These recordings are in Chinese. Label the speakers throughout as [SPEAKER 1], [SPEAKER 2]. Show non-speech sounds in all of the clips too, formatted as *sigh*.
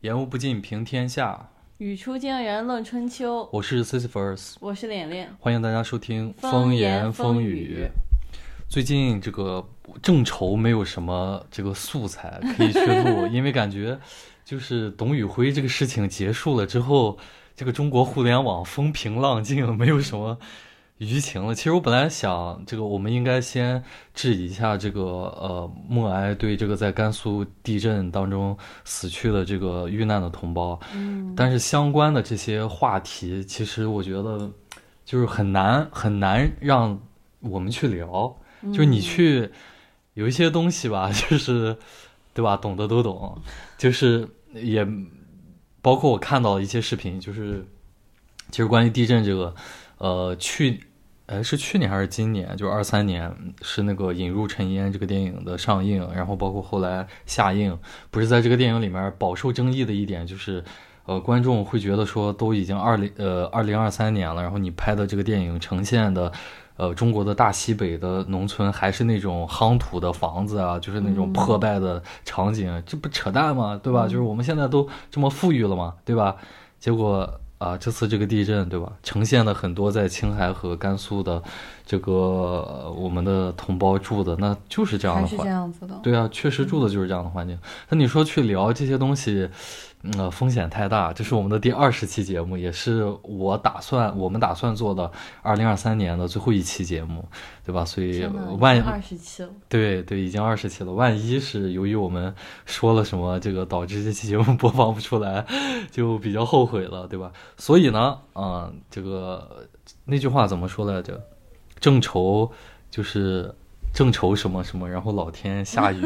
[SPEAKER 1] 言无不尽，平天下。
[SPEAKER 2] 语出惊人论春秋，
[SPEAKER 1] 我是 Sisyphus，
[SPEAKER 2] 我是脸脸。
[SPEAKER 1] 欢迎大家收听《
[SPEAKER 2] 风
[SPEAKER 1] 言
[SPEAKER 2] 言
[SPEAKER 1] 风
[SPEAKER 2] 风
[SPEAKER 1] 语
[SPEAKER 2] 语》。
[SPEAKER 1] 最近这个正愁没有什么这个素材可以去
[SPEAKER 2] *laughs*
[SPEAKER 1] 录，因为感觉就是董宇辉这个事情结束了之后，这个中国互联网风平浪静，没有什么舆情了。其实我本来想，这个我们应该先质疑一下这个呃默哀对这个在甘肃地震当中死去的这个遇难的同胞，
[SPEAKER 2] 嗯，
[SPEAKER 1] 但是相关的这些话题，其实我觉得就是很难很难让我们去聊，就是你去有一些东西吧， *laughs* 就是对吧，懂的都懂，就是也包括我看到一些视频，就是其实关于地震这个，呃，去。哎，是去年还是今年？就是二三年，是那个《引入尘烟》这个电影的上映，然后包括后来下映，不是在这个电影里面饱受争议的一点就是，呃，观众会觉得说，都已经二零呃二零二三年了，然后你拍的这个电影呈现的，呃，中国的大西北的农村还是那种夯土的房子啊，就是那种破败的场景，这不扯淡吗？对吧？就是我们现在都这么富裕了嘛，对吧？结果啊、这次这个地震，对吧？呈现了很多在青海和甘肃的这个、呃我们的同胞住的，那就是这样
[SPEAKER 2] 还
[SPEAKER 1] 的
[SPEAKER 2] 是
[SPEAKER 1] 环
[SPEAKER 2] 这样子的。
[SPEAKER 1] 对啊，确实住的就是这样的环境。那你说去聊这些东西，嗯、呃，风险太大。这是我们的第二十期节目，也是我打算我们打算做的二零二三年的最后一期节目，对吧？所以
[SPEAKER 2] 天哪，
[SPEAKER 1] 万
[SPEAKER 2] 二十期了，
[SPEAKER 1] 对对，已经二十期了。万一是由于我们说了什么，这个导致这期节目播放不出来，就比较后悔了，对吧？所以呢，啊、这个那句话怎么说来着？正愁就是正愁什么什么，然后老天下
[SPEAKER 2] *laughs*
[SPEAKER 1] 雨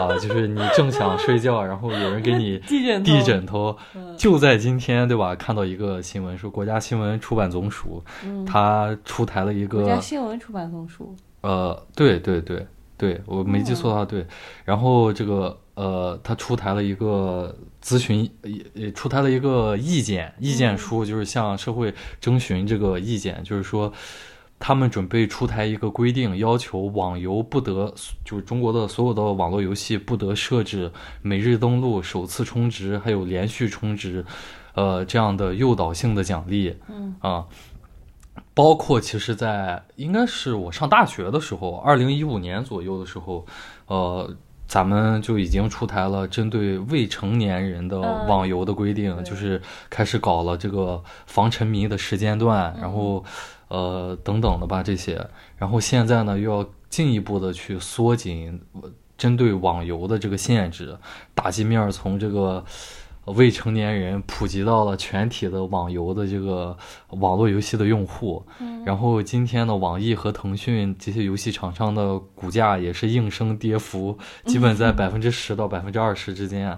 [SPEAKER 1] 啊，就是你正想睡觉，然后有人给你
[SPEAKER 2] 地震
[SPEAKER 1] 递
[SPEAKER 2] 头
[SPEAKER 1] 枕头。
[SPEAKER 2] 嗯
[SPEAKER 1] 就在今天，对吧？看到一个新闻，说国家新闻出版总署，
[SPEAKER 2] 嗯，
[SPEAKER 1] 它出台了一个
[SPEAKER 2] 国家新闻出版总署，
[SPEAKER 1] 呃，对对对对，我没记错的话，对。然后这个呃，他出台了一个咨询，也也出台了一个意见意见书，就是向社会征询这个意见，就是说。他们准备出台一个规定，要求网游不得，就是中国的所有的网络游戏不得设置每日登录、首次充值，还有连续充值，呃，这样的诱导性的奖励。
[SPEAKER 2] 嗯
[SPEAKER 1] 啊，包括其实在，应该是我上大学的时候，二零一五年左右的时候，呃，咱们就已经出台了针对未成年人的
[SPEAKER 2] 嗯
[SPEAKER 1] 网游的规定，
[SPEAKER 2] 对
[SPEAKER 1] 就是开始搞了这个防沉迷的时间段，然后呃等等的吧这些，然后现在呢又要进一步的去缩紧呃针对网游的这个限制，打击面儿从这个。呃未成年人普及到了全体的网游的这个网络游戏的用户，然后今天呢，网易和腾讯这些游戏厂商的股价也是应声跌幅，基本在百分之十到百分之二十之间。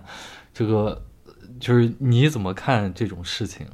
[SPEAKER 1] 这个呃就是你怎么看这种事
[SPEAKER 2] *laughs*
[SPEAKER 1] 情？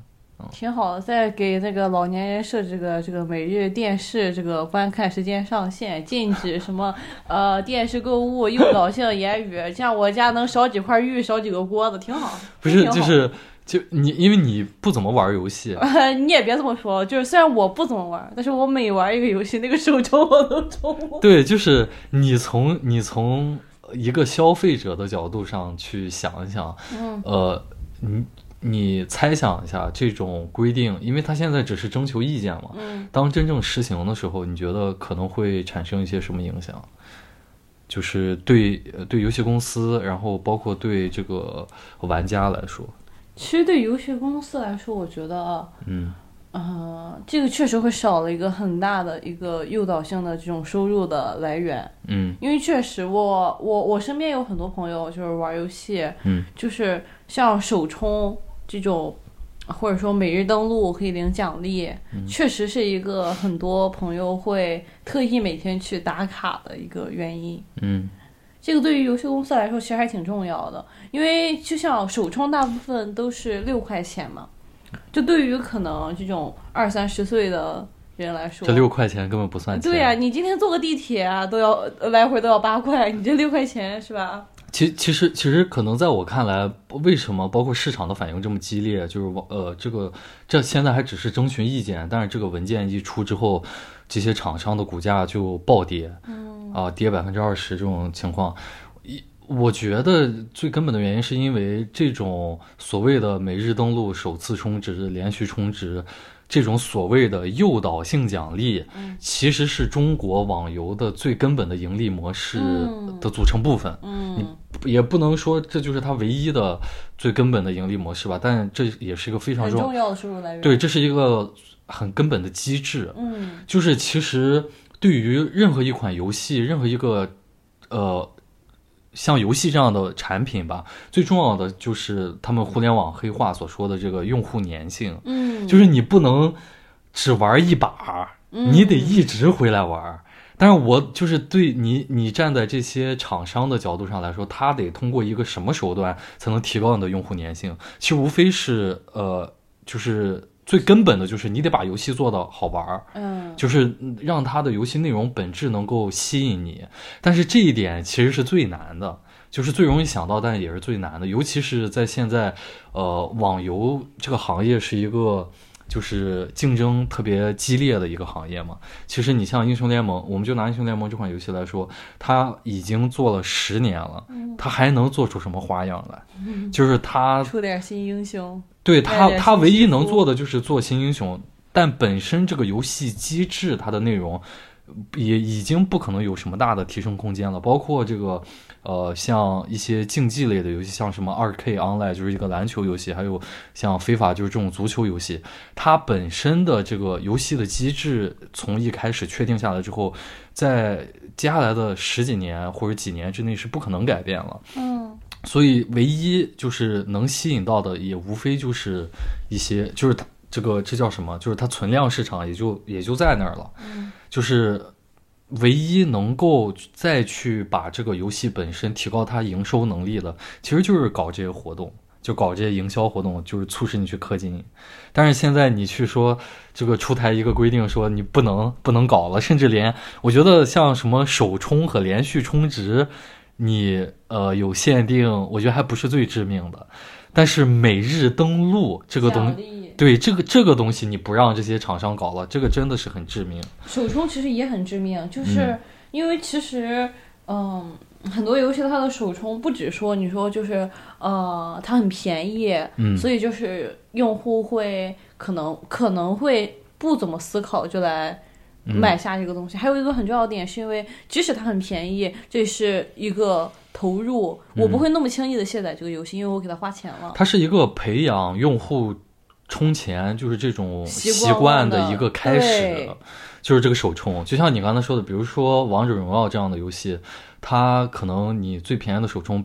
[SPEAKER 2] 挺好的。再给那个老年人设置个这个每日电视这个观看时间上限，禁止什么呃电视购物、诱导性言语，这样我家能少几块玉，少几个锅子，挺好。
[SPEAKER 1] 不是，
[SPEAKER 2] 真挺
[SPEAKER 1] 就
[SPEAKER 2] 好，
[SPEAKER 1] 是就你，因为你不怎么玩游戏
[SPEAKER 2] *laughs* 哦你也别这么说，就是虽然我不怎么玩，但是我每玩一个游戏，那个手抽我都抽。
[SPEAKER 1] 对，就是你从你从一个消费者的角度上去想一想，
[SPEAKER 2] 嗯
[SPEAKER 1] 呃，你你猜想一下这种规定，因为它现在只是征求意见嘛，
[SPEAKER 2] 嗯，
[SPEAKER 1] 当真正实行的时候，你觉得可能会产生一些什么影响？就是对呃对游戏公司，然后包括对这个玩家来说，
[SPEAKER 2] 其实对游戏公司来说，我觉得啊，
[SPEAKER 1] 嗯，
[SPEAKER 2] 呃，这个确实会少了一个很大的一个诱导性的这种收入的来源，
[SPEAKER 1] 嗯
[SPEAKER 2] 因为确实我我我身边有很多朋友就是玩游戏，
[SPEAKER 1] 嗯，
[SPEAKER 2] 就是像首充这种。或者说每日登录可以领奖励，
[SPEAKER 1] 嗯
[SPEAKER 2] 确实是一个很多朋友会特意每天去打卡的一个原因。
[SPEAKER 1] 嗯
[SPEAKER 2] 这个对于游戏公司来说其实还挺重要的，因为就像首充大部分都是六块钱嘛，就对于可能这种二三十岁的人来说，啊
[SPEAKER 1] 这六块钱根本不算钱。
[SPEAKER 2] 对呀、你今天坐个地铁啊都要呃来回都要八块，你这六块钱是吧？
[SPEAKER 1] 其其实其实可能在我看来，为什么包括市场的反应这么激烈，就是网呃这个这现在还只是征询意见，但是这个文件一出之后，这些厂商的股价就暴跌。嗯，啊、跌百分之二十这种情况，一我觉得最根本的原因是因为这种所谓的每日登录、首次充值、连续充值。这种所谓的诱导性奖励，
[SPEAKER 2] 嗯
[SPEAKER 1] 其实是中国网游的最根本的盈利模式的组成部分。
[SPEAKER 2] 嗯
[SPEAKER 1] 也不能说这就是它唯一的最根本的盈利模式吧，但这也是一个非常
[SPEAKER 2] 很
[SPEAKER 1] 重
[SPEAKER 2] 重要的收入来源。
[SPEAKER 1] 对，，这是一个很根本的机制。
[SPEAKER 2] 嗯
[SPEAKER 1] 就是其实对于任何一款游戏，任何一个呃像游戏这样的产品吧，最重要的就是他们互联网黑话所说的这个用户粘性，
[SPEAKER 2] 嗯，
[SPEAKER 1] 就是你不能只玩一把，
[SPEAKER 2] 嗯
[SPEAKER 1] 你得一直回来玩。但是我就是对你，你站在这些厂商的角度上来说，他得通过一个什么手段才能提高你的用户粘性？其实无非是呃，就是最根本的就是你得把游戏做到好玩儿，
[SPEAKER 2] 嗯
[SPEAKER 1] 就是让它的游戏内容本质能够吸引你。但是这一点其实是最难的，就是最容易想到，但也是最难的。尤其是在现在，呃，网游这个行业是一个就是竞争特别激烈的一个行业嘛。其实你像英雄联盟，我们就拿英雄联盟这款游戏来说，它已经做了十年了，
[SPEAKER 2] 嗯
[SPEAKER 1] 它还能做出什么花样来？就是它
[SPEAKER 2] 出点新英雄，
[SPEAKER 1] 对他，
[SPEAKER 2] 对
[SPEAKER 1] 他
[SPEAKER 2] 新
[SPEAKER 1] 唯
[SPEAKER 2] 皮
[SPEAKER 1] 一能
[SPEAKER 2] 肤
[SPEAKER 1] 做的就是做新英雄，但本身这个游戏机制它的内容呃也已经不可能有什么大的提升空间了。包括这个，呃，像一些竞技类的游戏，像什么二 K Online 就是一个篮球游戏，还有像非法就是这种足球游戏，它本身的这个游戏的机制从一开始确定下来之后，在接下来的十几年或者几年之内是不可能改变了。
[SPEAKER 2] 嗯
[SPEAKER 1] 所以唯一就是能吸引到的，也无非就是一些，就是它这个这叫什么？就是它存量市场也就也就在那儿了，
[SPEAKER 2] 嗯
[SPEAKER 1] 就是唯一能够再去把这个游戏本身提高它营收能力的，其实就是搞这些活动。就搞这些营销活动，就是促使你去氪金。但是现在你去说这个出台一个规定，说你不能不能搞了，甚至连我觉得像什么首充和连续充值，你呃有限定，我觉得还不是最致命的。但是每日登录这个东
[SPEAKER 2] 奖励
[SPEAKER 1] 对这个这个东西，你不让这些厂商搞了，这个真的是很致命。
[SPEAKER 2] 首充其实也很致命，就是
[SPEAKER 1] 嗯
[SPEAKER 2] 因为其实嗯。很多游戏它的首充不只说你说就是呃它很便宜，
[SPEAKER 1] 嗯，
[SPEAKER 2] 所以就是用户会可能可能会不怎么思考就来
[SPEAKER 1] 嗯
[SPEAKER 2] 买下这个东西。还有一个很重要的点是因为，即使它很便宜，这是一个投入，我
[SPEAKER 1] 嗯
[SPEAKER 2] 不会那么轻易的卸载这个游戏，因为我给它花钱了。
[SPEAKER 1] 它是一个培养用户充钱就是这种
[SPEAKER 2] 习
[SPEAKER 1] 习
[SPEAKER 2] 惯
[SPEAKER 1] 惯的
[SPEAKER 2] 的
[SPEAKER 1] 一个开始
[SPEAKER 2] 对，
[SPEAKER 1] 就是这个首充。就像你刚才说的，比如说《王者荣耀》这样的游戏，它可能你最便宜的首充，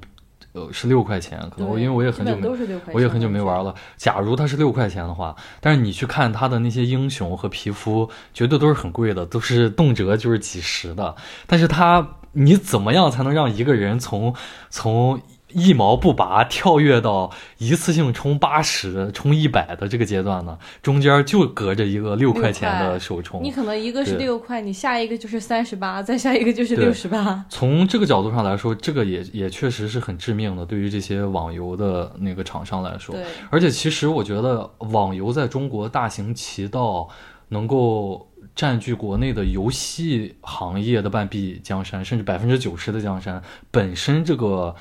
[SPEAKER 1] 呃，是六块钱，可能我
[SPEAKER 2] 对
[SPEAKER 1] 因为我也很
[SPEAKER 2] 基
[SPEAKER 1] 久没
[SPEAKER 2] 本都是六块钱，
[SPEAKER 1] 我也很久没玩
[SPEAKER 2] 了。
[SPEAKER 1] 了。假如它是六块钱的话，但是你去看它的那些英雄和皮肤，绝对都是很贵的，都是动辄就是几十的。但是它，你怎么样才能让一个人从从一毛不拔跳跃到一次性充八十、充一百的这个阶段呢？中间就隔着一个六块钱
[SPEAKER 2] 六
[SPEAKER 1] 的
[SPEAKER 2] 块
[SPEAKER 1] 首充。
[SPEAKER 2] 你可能一个是
[SPEAKER 1] 对
[SPEAKER 2] 六块，你下一个就是三十八，再下一个就是
[SPEAKER 1] 对
[SPEAKER 2] 六十八。
[SPEAKER 1] 从这个角度上来说，这个也也确实是很致命的，对于这些网游的那个厂商来说
[SPEAKER 2] 对。，
[SPEAKER 1] 而且其实我觉得网游在中国大行其道，能够占据国内的游戏行业的半壁江山，甚至百分之九十的江山，本身这个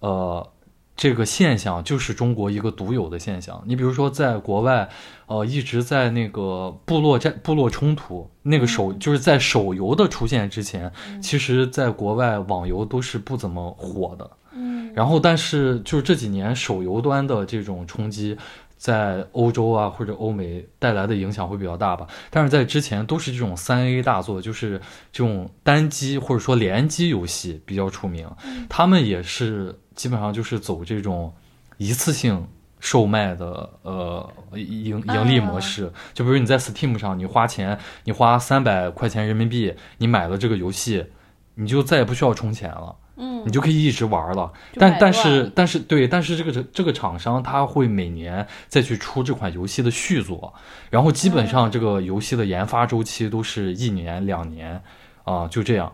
[SPEAKER 1] 呃这个现象就是中国一个独有的现象。你比如说，在国外，呃，一直在那个部落战、部落冲突那个手，就是在手游的出现之前，其实在国外网游都是不怎么火的。
[SPEAKER 2] 嗯，
[SPEAKER 1] 然后，但是就是这几年手游端的这种冲击，在欧洲啊或者欧美带来的影响会比较大吧。但是在之前都是这种三 A 大作，就是这种单机或者说联机游戏比较出名，他们也是基本上就是走这种一次性。售卖的呃盈盈利模式，就比如你在 Steam 上，你花钱，你花三百块钱人民币，你买了这个游戏，你就再也不需要充钱了，
[SPEAKER 2] 嗯，
[SPEAKER 1] 你就可以一直玩了。
[SPEAKER 2] 就
[SPEAKER 1] 但
[SPEAKER 2] 买
[SPEAKER 1] 但
[SPEAKER 2] 断
[SPEAKER 1] 是但是对，但是这个这个厂商他会每年再去出这款游戏的续作，然后基
[SPEAKER 2] 嗯
[SPEAKER 1] 本上这个游戏的研发周期都是一年两年啊、就这样。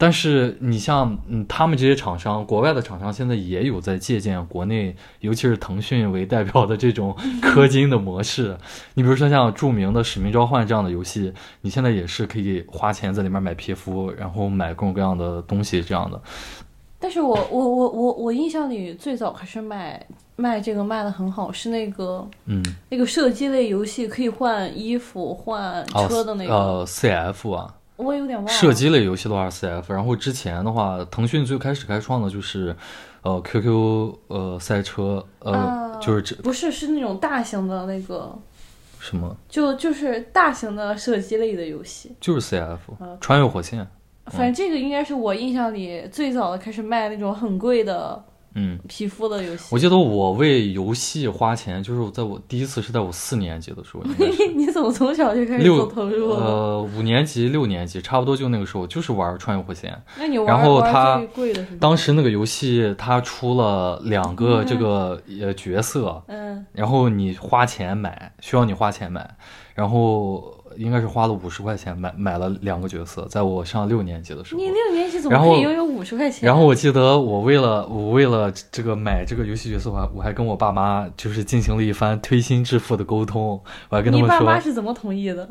[SPEAKER 1] 但是你像嗯，他们这些厂商，国外的厂商现在也有在借鉴国内，尤其是腾讯为代表的这种
[SPEAKER 2] 嗯
[SPEAKER 1] 氪金的模式。你比如说像著名的《使命召唤》这样的游戏，你现在也是可以花钱在里面买皮肤，然后买各种各样的东西这样的。
[SPEAKER 2] 但是我我我我我印象里最早还是卖卖这个卖的很好，是那个
[SPEAKER 1] 嗯，
[SPEAKER 2] 那个射击类游戏可以换衣服、换
[SPEAKER 1] 哦
[SPEAKER 2] 车的那个，
[SPEAKER 1] 呃，CF 啊，
[SPEAKER 2] 我有点忘了。
[SPEAKER 1] 射击类游戏的话是 CF，然后之前的话，腾讯最开始开创的就是，呃，QQ 呃赛车呃、
[SPEAKER 2] 啊
[SPEAKER 1] 就是这
[SPEAKER 2] 不是是那种大型的那个，
[SPEAKER 1] 什么
[SPEAKER 2] 就就是大型的射击类的游戏。
[SPEAKER 1] 就是 CF，、
[SPEAKER 2] 啊
[SPEAKER 1] 穿越火线，
[SPEAKER 2] 反
[SPEAKER 1] 嗯
[SPEAKER 2] 正这个应该是我印象里最早的开始卖那种很贵的
[SPEAKER 1] 嗯，
[SPEAKER 2] 皮肤的游戏。
[SPEAKER 1] 我记得我为游戏花钱，就是我在我第一次是在我四年级的时候，应
[SPEAKER 2] *laughs*
[SPEAKER 1] 该是
[SPEAKER 2] 你怎么从小就开始
[SPEAKER 1] 六
[SPEAKER 2] 做投入了？
[SPEAKER 1] 呃五年级六年级差不多就那个时候，就是玩穿越火线，
[SPEAKER 2] 那你玩
[SPEAKER 1] 然后
[SPEAKER 2] 玩
[SPEAKER 1] 它
[SPEAKER 2] 最贵的是什么？
[SPEAKER 1] 当时那个游戏它出了两个这个呃角色，
[SPEAKER 2] 嗯，
[SPEAKER 1] 然后你花钱买，需要你花钱买，然后应该是花了五十块钱买买了两个角色，在我上六年级的时候
[SPEAKER 2] 你。六年级怎么
[SPEAKER 1] 然后
[SPEAKER 2] 可以拥有五十块钱？
[SPEAKER 1] 然后我记得我为了我为了这个买这个游戏角色，我还我还跟我爸妈就是进行了一番推心置腹的沟通，我还跟他
[SPEAKER 2] 你
[SPEAKER 1] 们
[SPEAKER 2] 爸妈
[SPEAKER 1] 说，
[SPEAKER 2] 是怎么同意的？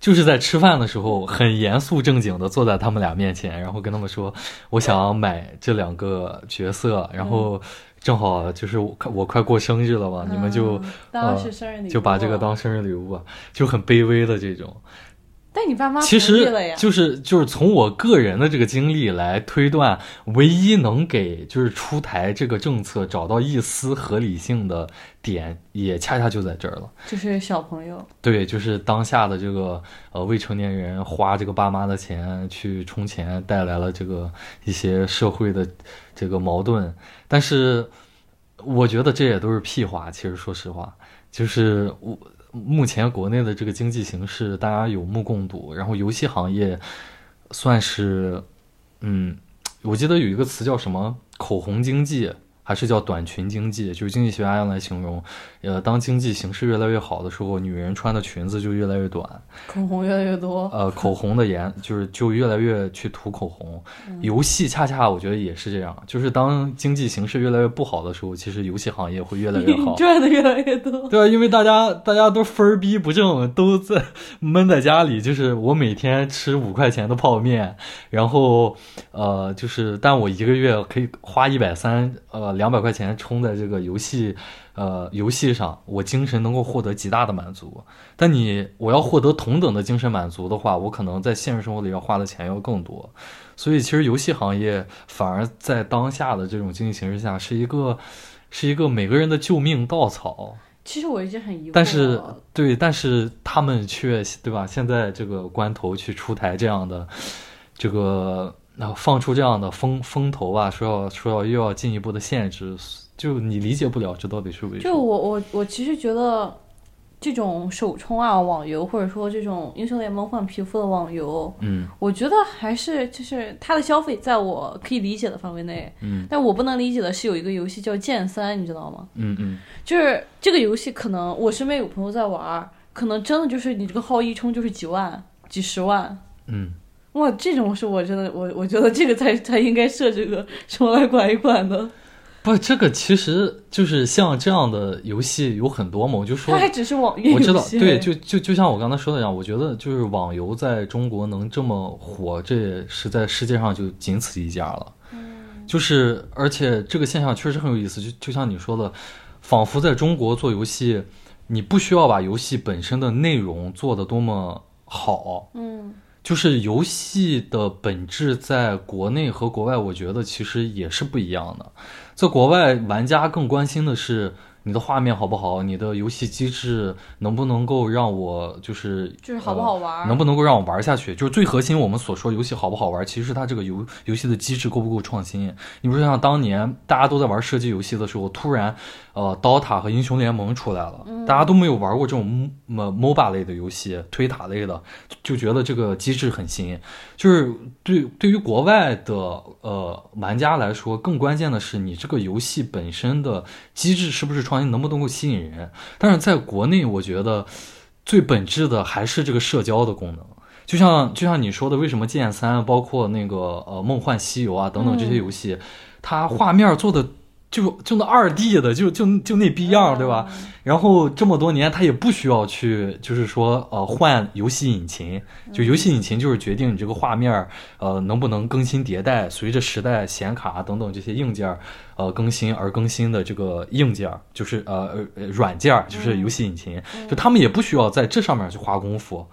[SPEAKER 1] 就是在吃饭的时候很严肃正经的坐在他们俩面前，然后跟他们说我想买这两个角色，然
[SPEAKER 2] 嗯
[SPEAKER 1] 后正好就是我快我快过生日了啊嘛，你们就呃
[SPEAKER 2] 嗯当是生日礼物、
[SPEAKER 1] 就把这个当生日礼物吧，就很卑微的这种。
[SPEAKER 2] 但你爸妈
[SPEAKER 1] 其
[SPEAKER 2] 同意
[SPEAKER 1] 实
[SPEAKER 2] 了呀？
[SPEAKER 1] 就是就是从我个人的这个经历来推断，唯一能给就是出台这个政策找到一丝合理性的点，也恰恰就在这儿了。
[SPEAKER 2] 就是小朋友，
[SPEAKER 1] 对，就是当下的这个呃未成年人花这个爸妈的钱去充钱，带来了这个一些社会的这个矛盾。但是我觉得这也都是屁话。其实说实话，就是我目前国内的这个经济形势，大家有目共睹。然后游戏行业算是，嗯，我记得有一个词叫什么“口红经济”。还是叫短裙经济，就是经济学家用来形容，呃，当经济形势越来越好的时候，女人穿的裙子就越来越短，
[SPEAKER 2] 口红越来越多。。
[SPEAKER 1] 呃，口红的颜就是就越来越去涂口红。游戏恰恰我觉得也是这样，就是当经济形势越来越不好的时候，其实游戏行业会呃越来越好
[SPEAKER 2] *laughs* 赚的越来越多，
[SPEAKER 1] 对啊，因为大家大家都分儿逼不正，都在 *laughs* 闷在家里。就是我每天吃五块钱的泡面，然后呃，就是但我一个月可以花一百三呃两百块钱充在这个游戏呃游戏上，我精神能够获得极大的满足。但你我要获得同等的精神满足的话，我可能在现实生活里要花的钱要更多。所以其实游戏行业反而在当下的这种经济形势下，是一个是一个每个人的救命稻草。
[SPEAKER 2] 其实我一直很疑惑，啊
[SPEAKER 1] 但是对，但是他们却对吧？现在这个关头去出台这样的，这个那、放出这样的风风头吧，说要说要又要进一步的限制，就你理解不了这到底是为什
[SPEAKER 2] 就
[SPEAKER 1] 么。
[SPEAKER 2] 我我我其实觉得这种手冲啊网游，或者说这种英雄联盟换皮肤的网游，
[SPEAKER 1] 嗯
[SPEAKER 2] 我觉得还是就是它的消费在我可以理解的范围内，
[SPEAKER 1] 嗯
[SPEAKER 2] 但我不能理解的是有一个游戏叫《剑三》，你知道吗？
[SPEAKER 1] 嗯嗯，
[SPEAKER 2] 就是这个游戏，可能我身边有朋友在玩儿，可能真的就是你这个号一充就是几万、几十万。
[SPEAKER 1] 嗯，
[SPEAKER 2] 哇，这种是我真的，我我觉得这个才才应该设这个什么来管一管的，
[SPEAKER 1] 不，这个其实就是像这样的游戏有很多嘛，我就说
[SPEAKER 2] 它还只是网页游
[SPEAKER 1] 我
[SPEAKER 2] 戏。
[SPEAKER 1] 知道，对，就就就像我刚才说的一样，我觉得就是网游在中国能这么火，这是在世界上就仅此一家了。就是而且这个现象确实很有意思，就就像你说的，仿佛在中国做游戏，你不需要把游戏本身的内容做得多么好，
[SPEAKER 2] 嗯，
[SPEAKER 1] 就是游戏的本质在国内和国外，我觉得其实也是不一样的。在国外，玩家更关心的是你的画面好不好，你的游戏机制能不能够让我就是
[SPEAKER 2] 就是好不好玩
[SPEAKER 1] 呃
[SPEAKER 2] 儿
[SPEAKER 1] 能不能够让我玩下去？就是最核心，我们所说游戏好不好玩，其实是它这个游游戏的机制够不够创新。你比如像当年大家都在玩射击游戏的时候，突然呃，DOTA 和英雄联盟出来了，
[SPEAKER 2] 嗯
[SPEAKER 1] 大家都没有玩过这种 mo- MOBA 类的游戏，推塔类的，就觉得这个机制很新。就是对对于国外的呃玩家来说，更关键的是你这个游戏本身的机制是不是创新，能不能够吸引人。但是在国内，我觉得最本质的还是这个社交的功能。就像就像你说的，为什么《剑三》包括那个呃《梦幻西游》啊等等这些游戏，它画面做的就就那二 D 的，就就就那逼样儿，对吧？？
[SPEAKER 2] 嗯
[SPEAKER 1] 然后这么多年，它也不需要去，就是说，呃，换游戏引擎，就游戏引擎就是决定你这个画面儿，呃，能不能更新迭代，随着时代、显卡等等这些硬件儿，呃，更新而更新的这个硬件儿，就是呃呃呃软件儿，就是游戏引擎，就他们也不需要在这上面去花功夫，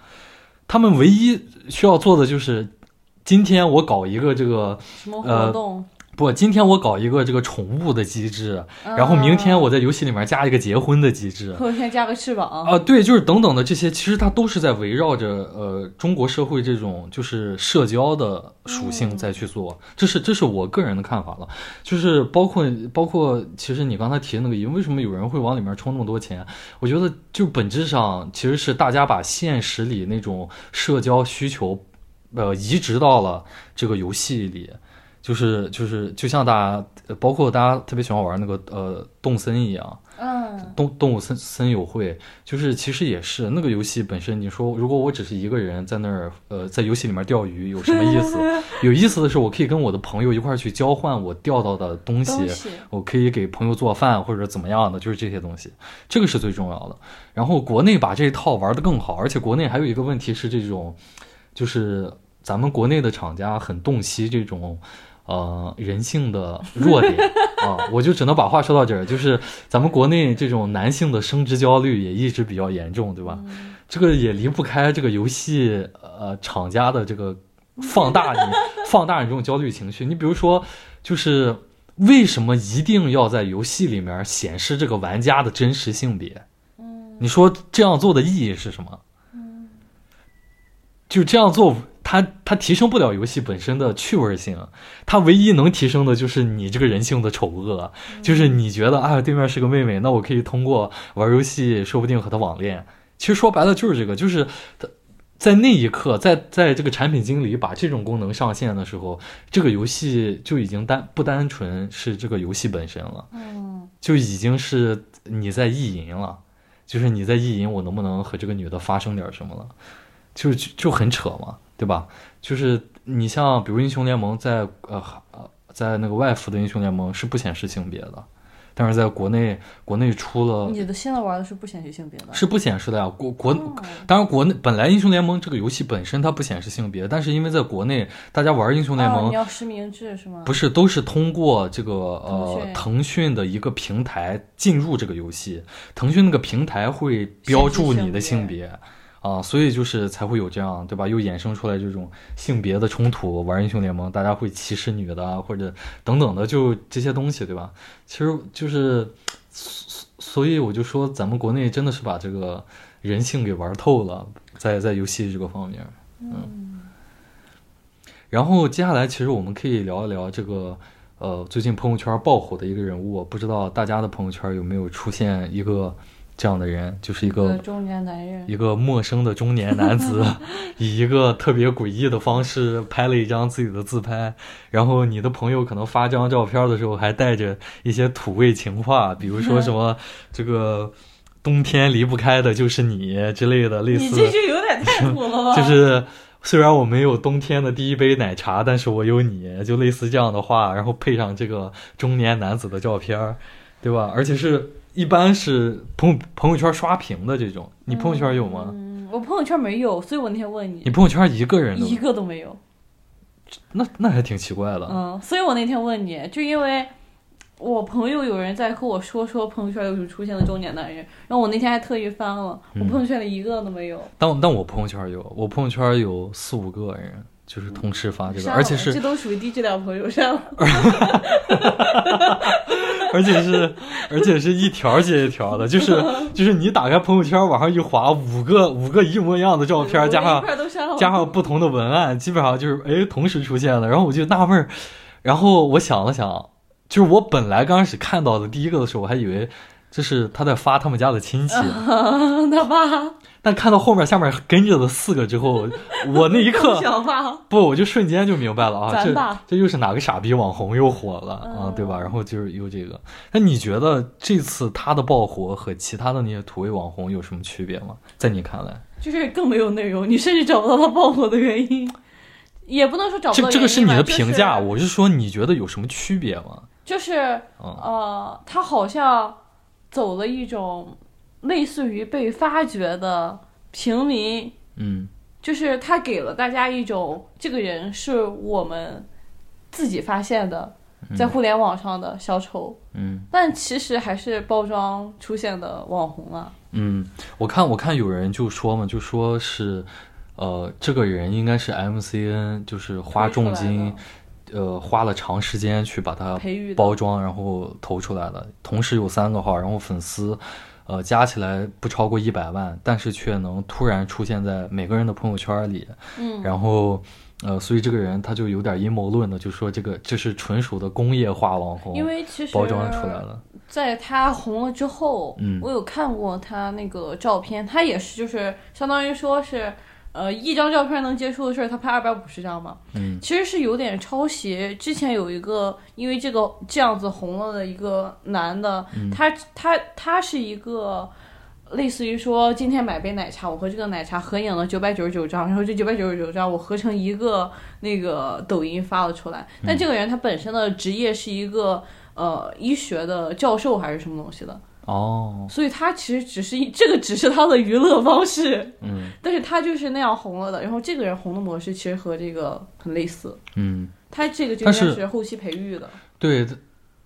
[SPEAKER 1] 他们唯一需要做的就是，今天我搞一个这个，
[SPEAKER 2] 什么活动？
[SPEAKER 1] 不，今天我搞一个这个宠物的机制，然后明天
[SPEAKER 2] 我
[SPEAKER 1] 我在游戏里面加一个结婚的机制。
[SPEAKER 2] 后天加个翅膀。
[SPEAKER 1] 啊，对，就是等等的这些，其实它都是在围绕着呃中国社会这种就是社交的属性再去做，这是这是我个人的看法了。就是包括包括，其实你刚才提的那个疑问，为什么有人会往里面充那么多钱？我觉得就本质上其实是大家把现实里那种社交需求，呃，移植到了这个游戏里。就是就是，就像大家，呃包括大家特别喜欢玩那个呃动森一样，
[SPEAKER 2] 嗯，
[SPEAKER 1] 动动物森森友会，就是其实也是那个游戏本身。你说，如果我只是一个人在那儿，呃，在游戏里面钓鱼，有什么意
[SPEAKER 2] *laughs*
[SPEAKER 1] 思？有意思的是，我可以跟我的朋友一块儿去交换我钓到的东西，
[SPEAKER 2] 东西。
[SPEAKER 1] 我可以给朋友做饭或者怎么样的，就是这些东西，这个是最重要的。然后国内把这一套玩得更好，而且国内还有一个问题是这种，就是咱们国内的厂家很洞悉这种。呃，人性的弱点啊，我就只能把话说到这儿。就是咱们国内这种男性的生殖焦虑也一直比较严重，对吧？这个也离不开这个游戏呃厂家的这个放大你放大你这种焦虑情绪。你比如说，就是为什么一定要在游戏里面显示这个玩家的真实性别？
[SPEAKER 2] 嗯
[SPEAKER 1] 你说这样做的意义是什么？就这样做，它它提升不了游戏本身的趣味性，它唯一能提升的就是你这个人性的丑恶，就是你觉得啊、对面是个妹妹，那我可以通过玩游戏，说不定和她网恋。其实说白了就是这个，就是它在那一刻，在在这个产品经理把这种功能上线的时候，这个游戏就已经单不单纯是这个游戏本身了，
[SPEAKER 2] 嗯，
[SPEAKER 1] 就已经是你在意淫了，就是你在意淫我能不能和这个女的发生点什么了，就就就很扯嘛，对吧？就是你像比如英雄联盟在呃呃在那个外服的英雄联盟是不显示性别的，但是在国内国内出了
[SPEAKER 2] 你的现在玩的是不显示性别的。
[SPEAKER 1] 哦是不显示的呀，国国
[SPEAKER 2] 哦
[SPEAKER 1] 当然，国内本来英雄联盟这个游戏本身它不显示性别，但是因为在国内大家玩英雄联
[SPEAKER 2] 哦
[SPEAKER 1] 盟
[SPEAKER 2] 你要实名制是吗？
[SPEAKER 1] 不是都是通过这个呃
[SPEAKER 2] 腾讯
[SPEAKER 1] 腾讯的一个平台进入这个游戏，腾讯那个平台会标注你的性别啊，所以就是才会有这样对吧？又衍生出来这种性别的冲突，玩英雄联盟大家会歧视女的啊或者等等的，就这些东西对吧？其实就是，所所以我就说咱们国内真的是把这个人性给玩透了，在在游戏这个方面。
[SPEAKER 2] 嗯，
[SPEAKER 1] 然后接下来，其实我们可以聊一聊这个，呃，最近朋友圈爆火的一个人物，不知道大家的朋友圈有没有出现一个这样的人，就是一
[SPEAKER 2] 一个
[SPEAKER 1] 个
[SPEAKER 2] 呃中年男人。
[SPEAKER 1] 一个陌生的中年男
[SPEAKER 2] *laughs*
[SPEAKER 1] 子，以一个特别诡异的方式拍了一张自己的自拍，然后你的朋友可能发这张照片的时候，还带着一些土味情话，比如说什
[SPEAKER 2] *laughs*
[SPEAKER 1] 么这个冬天离不开的就是你之类的，类似
[SPEAKER 2] 你这句有点太土 *laughs* 了吧？
[SPEAKER 1] 就是虽然我没有冬天的第一杯奶茶，但是我有你，就类似这样的话，然后配上这个中年男子的照片儿，对吧？而且是一般是朋友朋友圈刷屏的这种，你朋友圈有吗？
[SPEAKER 2] 嗯，我朋友圈没有，所以我那天问
[SPEAKER 1] 你
[SPEAKER 2] 你，
[SPEAKER 1] 朋友圈一个人都
[SPEAKER 2] 一个都没有。
[SPEAKER 1] 那那还挺奇怪的。
[SPEAKER 2] 嗯，所以我那天问你，就因为我朋友有人在和我说说朋友圈有出现的中年男人，然后我那天还特意翻了，我
[SPEAKER 1] 嗯啊
[SPEAKER 2] 朋友圈里一个都没有。
[SPEAKER 1] 但但我朋友圈有，我朋友圈有四五个人，就是同时发这个，
[SPEAKER 2] 删
[SPEAKER 1] 而且
[SPEAKER 2] 了
[SPEAKER 1] 是
[SPEAKER 2] 这都属于低质量朋友删了。
[SPEAKER 1] *laughs* 而且是，而且是一条接一条的，就是 *laughs* 就是你打开朋友圈往上一滑，五个五个一模一样的照片，加
[SPEAKER 2] 我一
[SPEAKER 1] 上
[SPEAKER 2] 块儿都删了，
[SPEAKER 1] 加上不同的文案，基本上就是哎同时出现的。然后我就纳闷儿，然后我想了想，就是我本来刚开始看到的第一个的时候，我还以为这是他在发他们家的亲戚，
[SPEAKER 2] 嗯他爸
[SPEAKER 1] 但看到后面下面跟着的四个之后， *laughs* 我那一刻
[SPEAKER 2] 更想发。
[SPEAKER 1] 不，我就瞬间就明白了啊，
[SPEAKER 2] 咱
[SPEAKER 1] 这
[SPEAKER 2] 爸
[SPEAKER 1] 这又是哪个傻逼网红又火了、啊，
[SPEAKER 2] 嗯
[SPEAKER 1] 对吧？然后就是又这个，那你觉得这次他的爆火和其他的那些土味网红有什么区别吗？在你看来，
[SPEAKER 2] 就是更没有内容，你甚至找不到它爆火的原因，也不能说找不
[SPEAKER 1] 这
[SPEAKER 2] 到原因吧。
[SPEAKER 1] 这个是你的评价，
[SPEAKER 2] 就是
[SPEAKER 1] 我是说你觉得有什么区别吗？
[SPEAKER 2] 就是
[SPEAKER 1] 嗯，
[SPEAKER 2] 呃，他好像走了一种类似于被发掘的平民，
[SPEAKER 1] 嗯，
[SPEAKER 2] 就是他给了大家一种这个人是我们自己发现的，在互联网上的小丑，
[SPEAKER 1] 嗯
[SPEAKER 2] 但其实还是包装出现的网红啊。
[SPEAKER 1] 嗯，我看我看有人就说嘛，就说是，呃，这个人应该是 MCN，就是花重金，呃，花了长时间去把它
[SPEAKER 2] 培育的
[SPEAKER 1] 包装，然后投出来的。同时有三个号，然后粉丝，呃，加起来不超过一百万，但是却能突然出现在每个人的朋友圈里。
[SPEAKER 2] 嗯，
[SPEAKER 1] 然后，呃，所以这个人他就有点阴谋论的，就说这个这是纯属的工业化网红，
[SPEAKER 2] 因为其实
[SPEAKER 1] 哦包装出来了。
[SPEAKER 2] 在他红了之后，
[SPEAKER 1] 嗯
[SPEAKER 2] 我有看过他那个照片，他也是就是相当于说是，呃，一张照片能接触的事儿，他拍二百五十张嘛，
[SPEAKER 1] 嗯，
[SPEAKER 2] 其实是有点抄袭。之前有一个因为这个这样子红了的一个男的，
[SPEAKER 1] 嗯
[SPEAKER 2] 他他他是一个。类似于说，今天买杯奶茶，我和这个奶茶合影了九百九十九张，然后这九百九十九张我合成一个那个抖音发了出来。
[SPEAKER 1] 嗯
[SPEAKER 2] 但这个人他本身的职业是一个呃医学的教授还是什么东西的，
[SPEAKER 1] 哦，
[SPEAKER 2] 所以他其实只是一这个只是他的娱乐方式，
[SPEAKER 1] 嗯
[SPEAKER 2] 但是他就是那样红了的。然后这个人红的模式其实和这个很类似，
[SPEAKER 1] 嗯。
[SPEAKER 2] 他这个就应该
[SPEAKER 1] 但是
[SPEAKER 2] 是后期培育的。
[SPEAKER 1] 对，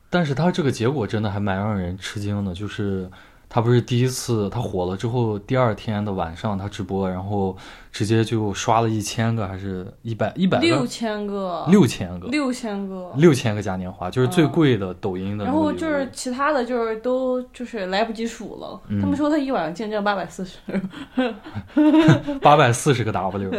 [SPEAKER 1] 但是他这个结果真的还蛮让人吃惊的，就是他不是第一次他火了之后，第二天的晚上他直播，然后直接就刷了一千个还是一百一百
[SPEAKER 2] 六
[SPEAKER 1] 个
[SPEAKER 2] 千个，
[SPEAKER 1] 六千个
[SPEAKER 2] 六千个，
[SPEAKER 1] 六千个嘉年华，就是最
[SPEAKER 2] 嗯
[SPEAKER 1] 贵的抖音的那
[SPEAKER 2] 然
[SPEAKER 1] 个礼嗯物。
[SPEAKER 2] 后就是其他的就是都就是来不及数了。他们说他一晚上见证八百四十，
[SPEAKER 1] 八百四十个
[SPEAKER 2] *laughs*
[SPEAKER 1] W，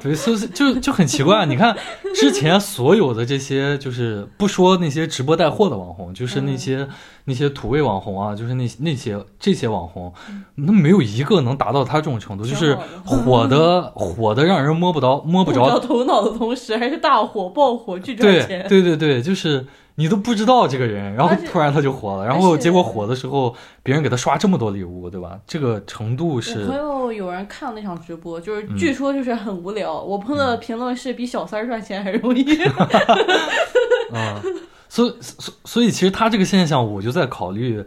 [SPEAKER 1] 对，所以就就很奇怪。你看之前所有的这些，就是不说那些直播带货的网红，就是那些、
[SPEAKER 2] 嗯
[SPEAKER 1] 那些土味网红啊，就是那那些这些网红，那没有一个能达到他这种程度，
[SPEAKER 2] 挺
[SPEAKER 1] 就
[SPEAKER 2] 好的
[SPEAKER 1] 是火的 *laughs* 火的让人摸不着摸不
[SPEAKER 2] 摸
[SPEAKER 1] 着。
[SPEAKER 2] 头脑的同时还是大火爆火巨赚
[SPEAKER 1] 对
[SPEAKER 2] 钱。
[SPEAKER 1] 对对对，就是你都不知道这个人，然后
[SPEAKER 2] 而且
[SPEAKER 1] 突然他就火了，然
[SPEAKER 2] 而
[SPEAKER 1] 后
[SPEAKER 2] 且
[SPEAKER 1] 结果火的时候，别人给他刷这么多礼物，对吧？这个程度
[SPEAKER 2] 我朋
[SPEAKER 1] 是嗯
[SPEAKER 2] 友有人看了那场直播，就是据说就是很无聊。我碰到的评论是比小三儿赚钱还
[SPEAKER 1] *laughs*
[SPEAKER 2] 容易。
[SPEAKER 1] 嗯，所以所所以，其实他这个现象，我就在考虑，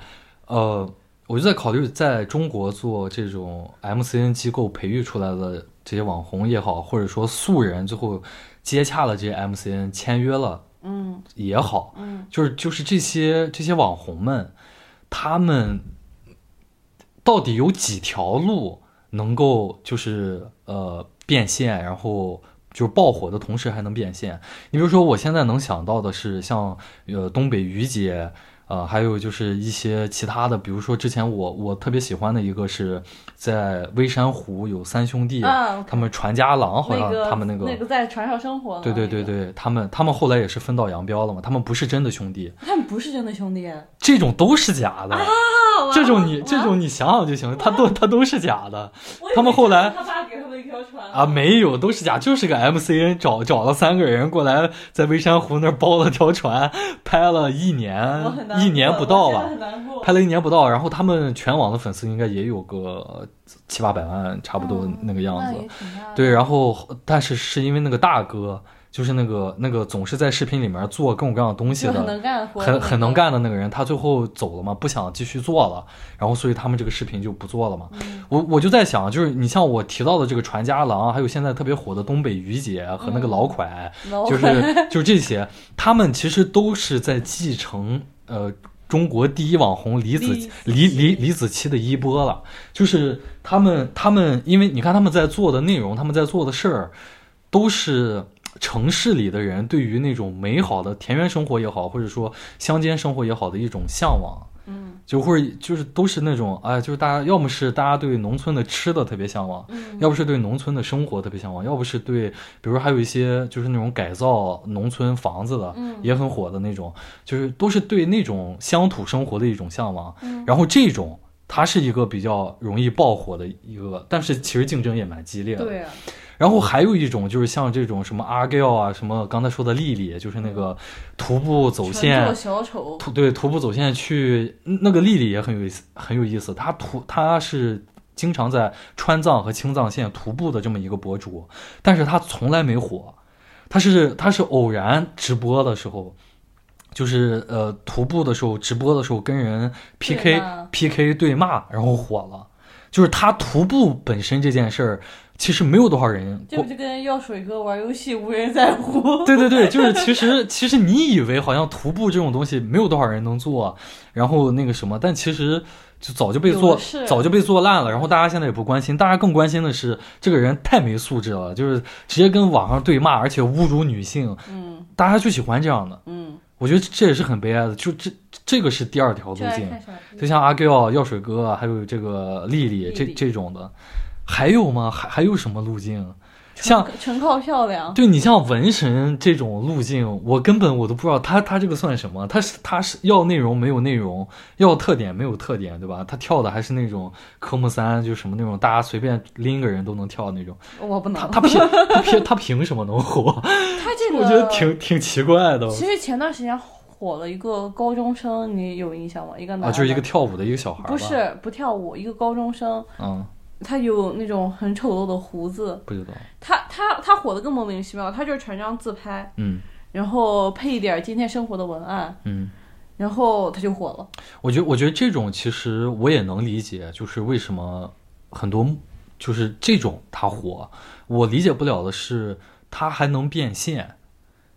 [SPEAKER 1] 呃，我就在考虑，在中国做这种 MCN 机构培育出来的这些网红也好，或者说素人，最后接洽了这些 MCN 签约了
[SPEAKER 2] 嗯
[SPEAKER 1] 也好，
[SPEAKER 2] 嗯，
[SPEAKER 1] 就是就是这些这些网红们，他们到底有几条路能够就是呃变现，然后就是爆火的同时还能变现？你比如说，我现在能想到的是像呃东北于姐。呃，还有就是一些其他的，比如说之前我我特别喜欢的一个是在微山湖有三兄弟，
[SPEAKER 2] 啊，
[SPEAKER 1] 哎他们传家郎好
[SPEAKER 2] 那
[SPEAKER 1] 像
[SPEAKER 2] 个
[SPEAKER 1] 他们那个
[SPEAKER 2] 那个在船上生活的，
[SPEAKER 1] 对对对
[SPEAKER 2] 那个，
[SPEAKER 1] 对，他们他们后来也是分道扬镳了嘛，他们不是真的兄弟，
[SPEAKER 2] 他们不是真的兄弟啊！
[SPEAKER 1] 这种都是假的，这种你这种你想想就行，他都他都是假的
[SPEAKER 2] 我以为
[SPEAKER 1] 他们后来
[SPEAKER 2] 他爸给他们一条船
[SPEAKER 1] 啊，没有都是假，就是个 MCN 找找了三个人过来，在微山湖那儿包了条船， *laughs* 拍了一年
[SPEAKER 2] 我很难过
[SPEAKER 1] 一年不到
[SPEAKER 2] 我
[SPEAKER 1] 吧
[SPEAKER 2] 真，的很难过
[SPEAKER 1] 拍了一年不到，然后他们全网的粉丝应该也有个七八百万差不多那个样子，
[SPEAKER 2] 嗯那也挺大的
[SPEAKER 1] 对，然后但是是因为那个大哥，就是那个那个总是在视频里面做各种各样的东西
[SPEAKER 2] 就很 *laughs*
[SPEAKER 1] 的，
[SPEAKER 2] 能干活，
[SPEAKER 1] 很很能。干的那个人，他最后走了嘛，不想继续做了，然后所以他们这个视频就不做了嘛。我我就在想，就是你像我提到的这个传家郎，啊还有现在特别火的东北于姐啊和那个老蒯，
[SPEAKER 2] 老
[SPEAKER 1] *laughs*
[SPEAKER 2] 蒯
[SPEAKER 1] 就是就是这些，他们其实都是在继承呃中国第一网红李子
[SPEAKER 2] 李
[SPEAKER 1] 李
[SPEAKER 2] 子
[SPEAKER 1] 李李子柒的衣钵了。就是他们他们，因为你看他们在做的内容，他们在做的事儿，都是城市里的人对于那种美好的田园生活也好，或者说乡间生活也好的一种向往。
[SPEAKER 2] 嗯
[SPEAKER 1] 就或者就是都是那种哎，就是大家要么是大家对农村的吃的特别向往，
[SPEAKER 2] 嗯
[SPEAKER 1] 要不是对农村的生活特别向往，要不是对，比如还有一些就是那种改造农村房子的，
[SPEAKER 2] 嗯
[SPEAKER 1] 也很火的那种，就是都是对那种乡土生活的一种向往。
[SPEAKER 2] 嗯
[SPEAKER 1] 然后这种它是一个比较容易爆火的一个，但是其实竞争也蛮激烈的。
[SPEAKER 2] 对啊，
[SPEAKER 1] 然后还有一种就是像这种什么阿 g 啊，什么刚才说的丽丽，就是那个徒步走
[SPEAKER 2] 纯
[SPEAKER 1] 线
[SPEAKER 2] 做，小丑，
[SPEAKER 1] 徒对徒步走线去那个丽丽也很有意思，很有意思。她徒她是经常在川藏和青藏线徒步的这么一个博主，但是他从来没火，他是他是偶然直播的时候，就是呃徒步的时候直播的时候跟人 PK
[SPEAKER 2] 骂
[SPEAKER 1] PK 对骂，然后火了。就是他徒步本身这件事儿，其实没有多少人
[SPEAKER 2] 这不就跟药水哥玩游戏无人在乎？
[SPEAKER 1] *laughs* 对对对，就是其实其实你以为好像徒步这种东西没有多少人能做，然后那个什么，但其实就早就被
[SPEAKER 2] 有
[SPEAKER 1] 做
[SPEAKER 2] 的是
[SPEAKER 1] 早就被做烂了。然后大家现在也不关心，大家更关心的是这个人太没素质了，就是直接跟网上对骂，而且侮辱女性，
[SPEAKER 2] 嗯
[SPEAKER 1] 大家就喜欢这样的。
[SPEAKER 2] 嗯，
[SPEAKER 1] 我觉得这也是很悲哀的，就这这个是第二条路
[SPEAKER 2] 就爱
[SPEAKER 1] 径。
[SPEAKER 2] 看傻逼。
[SPEAKER 1] 就像阿 Giao 啊、药水哥啊，还有这个丽丽这
[SPEAKER 2] 丽丽
[SPEAKER 1] 这种的，还有吗？还还有什么路径？像
[SPEAKER 2] 纯靠漂亮，
[SPEAKER 1] 对你像纹身这种路径，我根本我都不知道他他这个算什么？他是他是要内容没有内容，要特点没有特点，对吧？他跳的还是那种科目三，就什么那种大家随便拎个人都能跳的那种。
[SPEAKER 2] 我不能。
[SPEAKER 1] 他他
[SPEAKER 2] *laughs*
[SPEAKER 1] 凭他凭他凭什么能火？
[SPEAKER 2] 他这个
[SPEAKER 1] *laughs* 我觉得挺挺奇怪的
[SPEAKER 2] 其实前段时间火了一个高中生，你有印象吗？一个男
[SPEAKER 1] 啊，
[SPEAKER 2] 的，
[SPEAKER 1] 就是一个跳舞的一个小孩儿吧？
[SPEAKER 2] 不，是不跳舞，一个高中生，
[SPEAKER 1] 嗯，
[SPEAKER 2] 他有那种很丑陋的胡子，
[SPEAKER 1] 不知道，
[SPEAKER 2] 他他他火的更莫名其妙，他就是传张自拍，
[SPEAKER 1] 嗯
[SPEAKER 2] 然后配一点今天生活的文案，
[SPEAKER 1] 嗯。
[SPEAKER 2] 然后他就火了。
[SPEAKER 1] 我觉得，我觉得这种其实我也能理解，就是为什么很多就是这种它火，我理解不了的是它还能变现，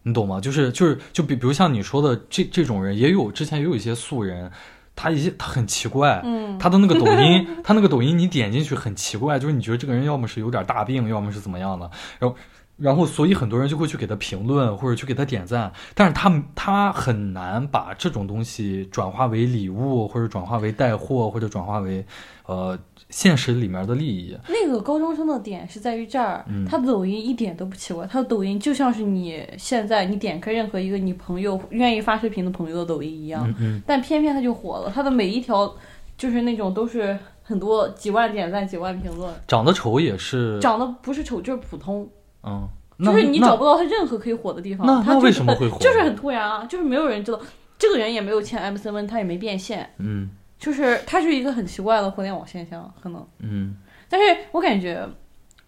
[SPEAKER 1] 你懂吗？就是就是就比比如像你说的这这种人，也有之前也有一些素人，他一些他很奇怪，
[SPEAKER 2] 嗯，
[SPEAKER 1] 他的那个抖音， *laughs* 他那个抖音你点进去很奇怪，就是你觉得这个人要么是有点大病，要么是怎么样的，然后然后所以很多人就会去给他评论或者去给他点赞，但是他他很难把这种东西转化为礼物，或者转化为带货，或者转化为呃现实里面的利益。
[SPEAKER 2] 那个高中生的点是在于这儿，
[SPEAKER 1] 嗯
[SPEAKER 2] 他的抖音一点都不奇怪，他的抖音就像是你现在你点开任何一个你朋友愿意发视频的朋友的抖音一样，
[SPEAKER 1] 嗯嗯，
[SPEAKER 2] 但偏偏他就火了，他的每一条就是那种都是很多几万点赞、几万评论，
[SPEAKER 1] 长得丑也是，
[SPEAKER 2] 长得不是丑就是普通，
[SPEAKER 1] 嗯，那
[SPEAKER 2] 就是你
[SPEAKER 1] 那
[SPEAKER 2] 找不到他任何可以火的地方。
[SPEAKER 1] 那
[SPEAKER 2] 他
[SPEAKER 1] 那
[SPEAKER 2] 就是
[SPEAKER 1] 为什么会火
[SPEAKER 2] 就是很突然啊，就是没有人知道，这个人也没有签 M C N，他也没变现，
[SPEAKER 1] 嗯
[SPEAKER 2] 就是他是一个很奇怪的互联网现象，可能。
[SPEAKER 1] 嗯
[SPEAKER 2] 但是我感觉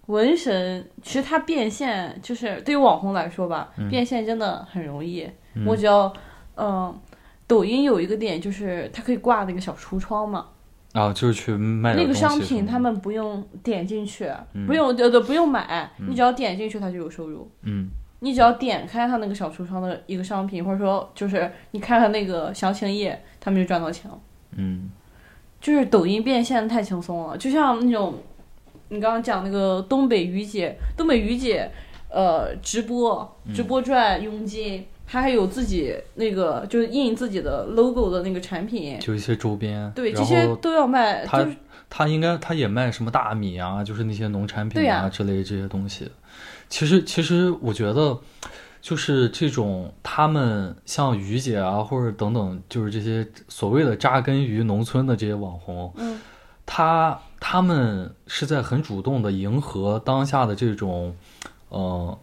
[SPEAKER 2] 纹身其实它变现，就是对于网红来说吧，变现真的很容易。
[SPEAKER 1] 嗯
[SPEAKER 2] 我只要，嗯、抖音有一个点就是它可以挂那个小橱窗嘛，
[SPEAKER 1] 啊，就是去卖
[SPEAKER 2] 那
[SPEAKER 1] 点
[SPEAKER 2] 个
[SPEAKER 1] 东西
[SPEAKER 2] 商
[SPEAKER 1] 什
[SPEAKER 2] 品
[SPEAKER 1] 么的
[SPEAKER 2] 他们不用点进去，
[SPEAKER 1] 嗯
[SPEAKER 2] 不用呃对不用买，你只要点进去它就有收入。
[SPEAKER 1] 嗯
[SPEAKER 2] 你只要点开它那个小橱窗的一个商品，或者说就是你看看那个详情页，他们就赚到钱了。
[SPEAKER 1] 嗯
[SPEAKER 2] 就是抖音变现太轻松了，就像那种你刚刚讲那个东北于姐，东北于姐，呃，直播
[SPEAKER 1] 嗯
[SPEAKER 2] 直播赚佣金，她还有自己那个就是印自己的 logo 的那个产品，
[SPEAKER 1] 就一些周边，
[SPEAKER 2] 对，这
[SPEAKER 1] 然
[SPEAKER 2] 些
[SPEAKER 1] 后
[SPEAKER 2] 都要卖，
[SPEAKER 1] 他
[SPEAKER 2] 就是
[SPEAKER 1] 他应该他也卖什么大米啊，就是那些农产品
[SPEAKER 2] 对
[SPEAKER 1] 啊
[SPEAKER 2] 呀
[SPEAKER 1] 之类这些东西。其实其实我觉得，就是这种他们像于姐啊，或者等等，就是这些所谓的扎根于农村的这些网红，
[SPEAKER 2] 嗯
[SPEAKER 1] 他他们是在很主动的迎合当下的这种，呃，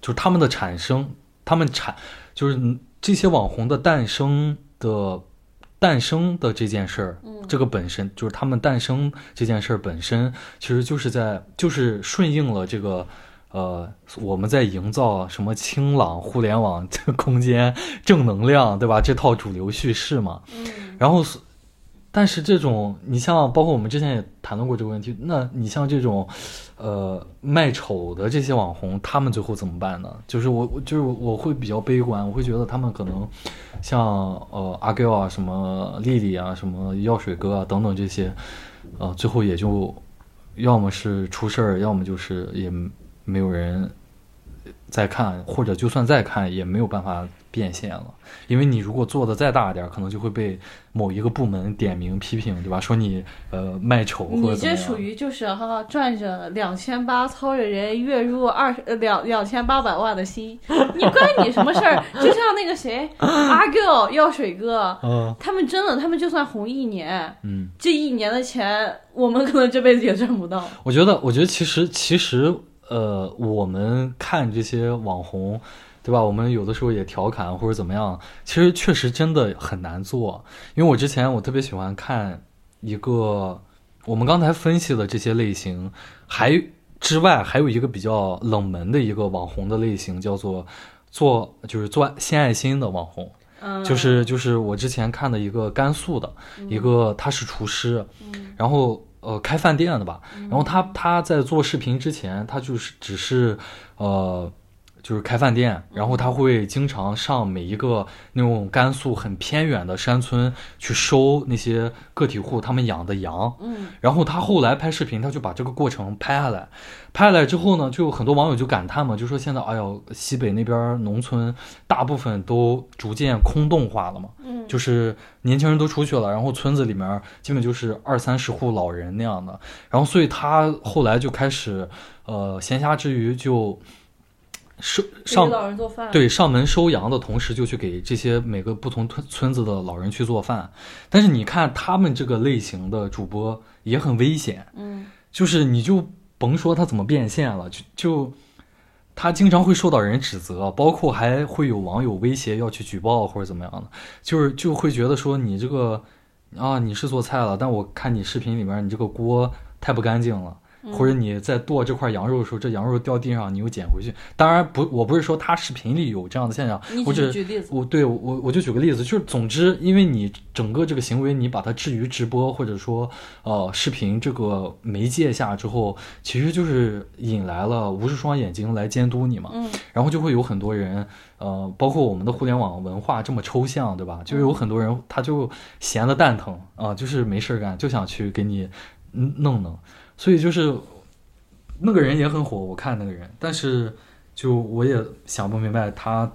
[SPEAKER 1] 就是他们的产生，他们产就是这些网红的诞生的诞生的这件事儿，
[SPEAKER 2] 嗯
[SPEAKER 1] 这个本身就是他们诞生这件事儿本身，其实就是在就是顺应了这个。呃，我们在营造什么清朗互联网这个空间正能量，对吧？这套主流叙事嘛，
[SPEAKER 2] 嗯
[SPEAKER 1] 然后所，但是这种你像包括我们之前也谈论过这个问题，那你像这种，呃，卖丑的这些网红，他们最后怎么办呢？就是我，我就是我会比较悲观，我会觉得他们可能像呃阿 Q 啊、什么丽丽啊、什么药水哥啊等等这些，呃，最后也就要么是出事儿，要么就是也没有人。再看，或者就算再看，也没有办法变现了，因为你如果做的再大一点儿，可能就会被某一个部门点名批评，对吧？说你呃卖丑或者
[SPEAKER 2] 你
[SPEAKER 1] 怎
[SPEAKER 2] 这
[SPEAKER 1] 么
[SPEAKER 2] 属
[SPEAKER 1] 样。
[SPEAKER 2] 于就是哈赚着两千八，操着人月入二十呃两两千八百万的心，你关你什么事儿？就像那个谁阿 Q 药水哥，
[SPEAKER 1] 嗯
[SPEAKER 2] 他们真的，他们就算红一年，
[SPEAKER 1] 嗯，
[SPEAKER 2] 这一年的钱，我们可能这辈子也赚不到。
[SPEAKER 1] 我觉得，我觉得其实其实呃，我们看这些网红，对吧？我们有的时候也调侃或者怎么样，其实确实真的很难做。因为我之前我特别喜欢看一个我们刚才分析的这些类型，还之外还有一个比较冷门的一个网红的类型，叫做做就是做献爱心的网红。
[SPEAKER 2] 嗯，
[SPEAKER 1] 就是就是我之前看的一个甘肃的、一个，他是厨师，然后呃开饭店的吧，然后他他在做视频之前，他就是只是呃就是开饭店，然后他会经常上每一个那种甘肃很偏远的山村去收那些个体户他们养的羊，
[SPEAKER 2] 嗯
[SPEAKER 1] 然后他后来拍视频，他就把这个过程拍下来，拍下来之后呢，就很多网友就感叹嘛，就说现在哎呦，西北那边农村大部分都逐渐空洞化了嘛，
[SPEAKER 2] 嗯，
[SPEAKER 1] 就是年轻人都出去了，然后村子里面基本就是二三十户老人那样的，然后所以他后来就开始呃闲暇之余就。收上
[SPEAKER 2] 给老人做饭，，
[SPEAKER 1] 对，上门收羊的同时，就去给这些每个不同村村子的老人去做饭。但是你看他们这个类型的主播也很危险，
[SPEAKER 2] 嗯
[SPEAKER 1] 就是你就甭说他怎么变现了，就就他经常会受到人指责，包括还会有网友威胁要去举报或者怎么样的，就是就会觉得说你这个啊你是做菜了，但我看你视频里面你这个锅太不干净了。
[SPEAKER 2] 嗯，
[SPEAKER 1] 或者你在剁这块羊肉的时候，这羊肉掉地上，你又捡回去。当然不，我不是说他视频里有这样的现象，
[SPEAKER 2] 你
[SPEAKER 1] 我
[SPEAKER 2] 只
[SPEAKER 1] 只
[SPEAKER 2] 是举例子，
[SPEAKER 1] 我对我我就举个例子，就是总之，因为你整个这个行为，你把它置于直播或者说呃视频这个媒介下之后，其实就是引来了无数双眼睛来监督你嘛。
[SPEAKER 2] 嗯
[SPEAKER 1] 然后就会有很多人，呃，包括我们的互联网文化这么抽象，对吧？就
[SPEAKER 2] 嗯
[SPEAKER 1] 有很多人他就闲的蛋疼啊、就是没事儿干，就想去给你嗯弄弄。所以就是那个人也很火，我看那个人，但是就我也想不明白他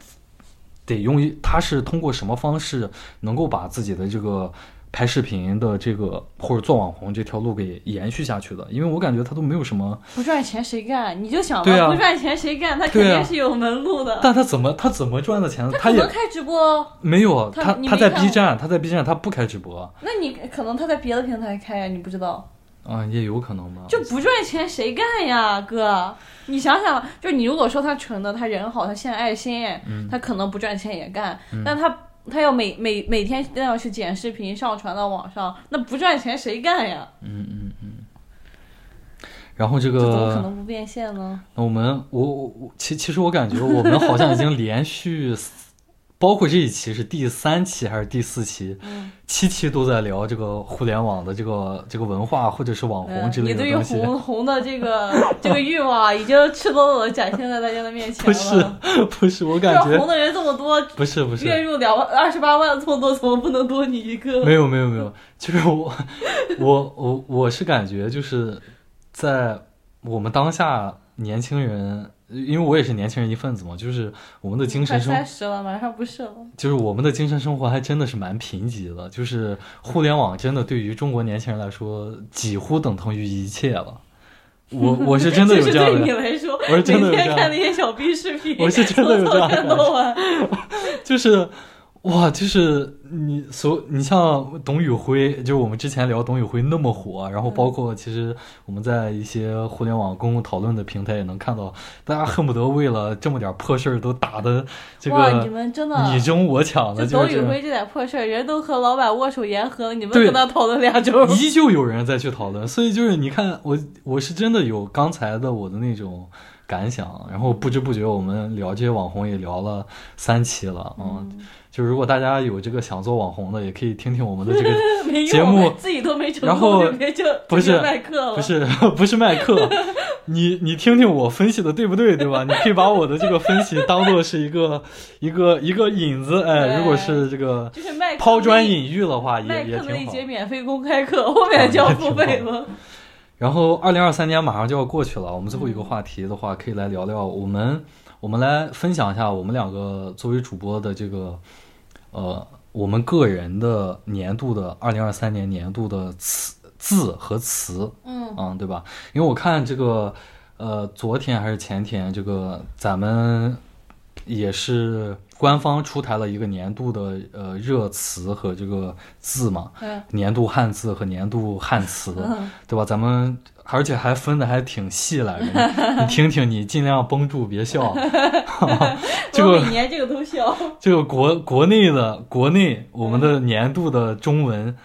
[SPEAKER 1] 得用一他是通过什么方式能够把自己的这个。拍视频的这个或者做网红这条路给延续下去的，因为我感觉他都没有什么
[SPEAKER 2] 不赚钱谁干？你就想
[SPEAKER 1] 对
[SPEAKER 2] 吧，
[SPEAKER 1] 啊
[SPEAKER 2] 不赚钱谁干？他肯
[SPEAKER 1] 对啊
[SPEAKER 2] 定是有门路的。
[SPEAKER 1] 但他怎么他怎么赚的钱呢？
[SPEAKER 2] 他可
[SPEAKER 1] 也
[SPEAKER 2] 能开直播，
[SPEAKER 1] 没有，
[SPEAKER 2] 他
[SPEAKER 1] 他
[SPEAKER 2] 你
[SPEAKER 1] 他
[SPEAKER 2] 没
[SPEAKER 1] 在
[SPEAKER 2] 看
[SPEAKER 1] B
[SPEAKER 2] 过
[SPEAKER 1] 站，他在 B 站他不开直播啊、
[SPEAKER 2] 那你可能他在别的平台开呀，你不知道。
[SPEAKER 1] 也有可能吧。
[SPEAKER 2] 就不赚钱谁干呀，哥？你想想，就是你如果说他纯的，他人好，他献爱心，
[SPEAKER 1] 嗯
[SPEAKER 2] 他可能不赚钱也干，但他他要每每每天都要去剪视频上传到网上，那不赚钱谁干呀？
[SPEAKER 1] 然后这
[SPEAKER 2] 这怎么可
[SPEAKER 1] 个，
[SPEAKER 2] 能不变现呢？
[SPEAKER 1] 那我们我我我，其其实我感觉我们好像已经连续四，包括这一期是第三期还是第四期，
[SPEAKER 2] 嗯
[SPEAKER 1] 七期都在聊这个互联网的这个这个文化或者是网红
[SPEAKER 2] 嗯
[SPEAKER 1] 之类
[SPEAKER 2] 你
[SPEAKER 1] 的
[SPEAKER 2] 对于
[SPEAKER 1] 东西。
[SPEAKER 2] 红红的这个 *laughs* 这个欲望已经赤裸裸的展现在大家的面
[SPEAKER 1] *laughs*
[SPEAKER 2] 前
[SPEAKER 1] 不是
[SPEAKER 2] 了。 *laughs*
[SPEAKER 1] 不是，我
[SPEAKER 2] 这
[SPEAKER 1] 感觉
[SPEAKER 2] 红的人这么多，
[SPEAKER 1] 不是不是，
[SPEAKER 2] 月入两万二十八万这么多，怎么不能多你一个？
[SPEAKER 1] 没有没有没有，就是我我我我是感觉就是在我们当下年轻人，因为我也是年轻人一份子嘛，就是我们的精神
[SPEAKER 2] 快
[SPEAKER 1] 生
[SPEAKER 2] 三十了，马上不是了。
[SPEAKER 1] 就是我们的精神生活还真的是蛮贫瘠的，就是互联网真的对于中国年轻人来说几乎等同于一切了。我我是真的有
[SPEAKER 2] 就是
[SPEAKER 1] 这
[SPEAKER 2] *laughs*
[SPEAKER 1] 样
[SPEAKER 2] 对
[SPEAKER 1] 的
[SPEAKER 2] 你来说，
[SPEAKER 1] 我是真的有
[SPEAKER 2] 每
[SPEAKER 1] 这
[SPEAKER 2] 天
[SPEAKER 1] 样
[SPEAKER 2] 看那些小 B 视频，
[SPEAKER 1] 我是真的有这样的
[SPEAKER 2] 从早看到晚。
[SPEAKER 1] 就是哇，就是你所你像董宇辉，就是我们之前聊董宇辉那么火，然后
[SPEAKER 2] 嗯
[SPEAKER 1] 包括其实我们在一些互联网公共讨论的平台也能看到，大家恨不得为了这么点破事儿都打的这
[SPEAKER 2] 哇，你
[SPEAKER 1] 个
[SPEAKER 2] 们真的，
[SPEAKER 1] 你争我抢的，
[SPEAKER 2] 就
[SPEAKER 1] 就
[SPEAKER 2] 董
[SPEAKER 1] 是
[SPEAKER 2] 宇
[SPEAKER 1] 这种
[SPEAKER 2] 辉这点破事儿，人都和老板握手言和了，你们
[SPEAKER 1] 对
[SPEAKER 2] 跟他讨论 *laughs* 两周。
[SPEAKER 1] 依旧有人再去讨论，所以就是你看我，我是真的有刚才的我的那种感想，然后不知不觉我们聊这些网红也聊了三期了，嗯，就如果大家有这个想做网红的，也可以听听我们的这
[SPEAKER 2] *laughs*
[SPEAKER 1] 个
[SPEAKER 2] 没用
[SPEAKER 1] 节目
[SPEAKER 2] 自己都没成
[SPEAKER 1] 然后
[SPEAKER 2] 功，就别就
[SPEAKER 1] 不是
[SPEAKER 2] 就别卖课了。
[SPEAKER 1] 不是不是卖课，你你听听我分析的对不对，对吧？你可以把我的这个分析当做是一个一个一个引子，哎，
[SPEAKER 2] 对
[SPEAKER 1] 如果是这个
[SPEAKER 2] 就是卖课
[SPEAKER 1] 抛砖
[SPEAKER 2] 那一
[SPEAKER 1] 引玉的啊话，
[SPEAKER 2] 卖
[SPEAKER 1] 也也
[SPEAKER 2] 课的
[SPEAKER 1] 挺
[SPEAKER 2] 一
[SPEAKER 1] 好。
[SPEAKER 2] 节免费公开课，后面就要付费了。
[SPEAKER 1] 然后，二零二三年马上就要过去了，我们最后一个话题的话，可以来聊聊我们，我们来分享一下我们两个作为主播的这个，呃，我们个人的年度的二零二三年年度的词字和词，
[SPEAKER 2] 嗯
[SPEAKER 1] 嗯，对吧？因为我看这个，呃，昨天还是前天，这个咱们也是官方出台了一个年度的呃热词和这个字嘛，
[SPEAKER 2] 嗯
[SPEAKER 1] 年度汉字和年度汉词，对吧？咱们而且还分的还挺细来着，你你听听，你尽量绷住，别笑。这
[SPEAKER 2] 我
[SPEAKER 1] 个
[SPEAKER 2] 每年这个都笑。
[SPEAKER 1] 这个国国内的国内我们的年度的中文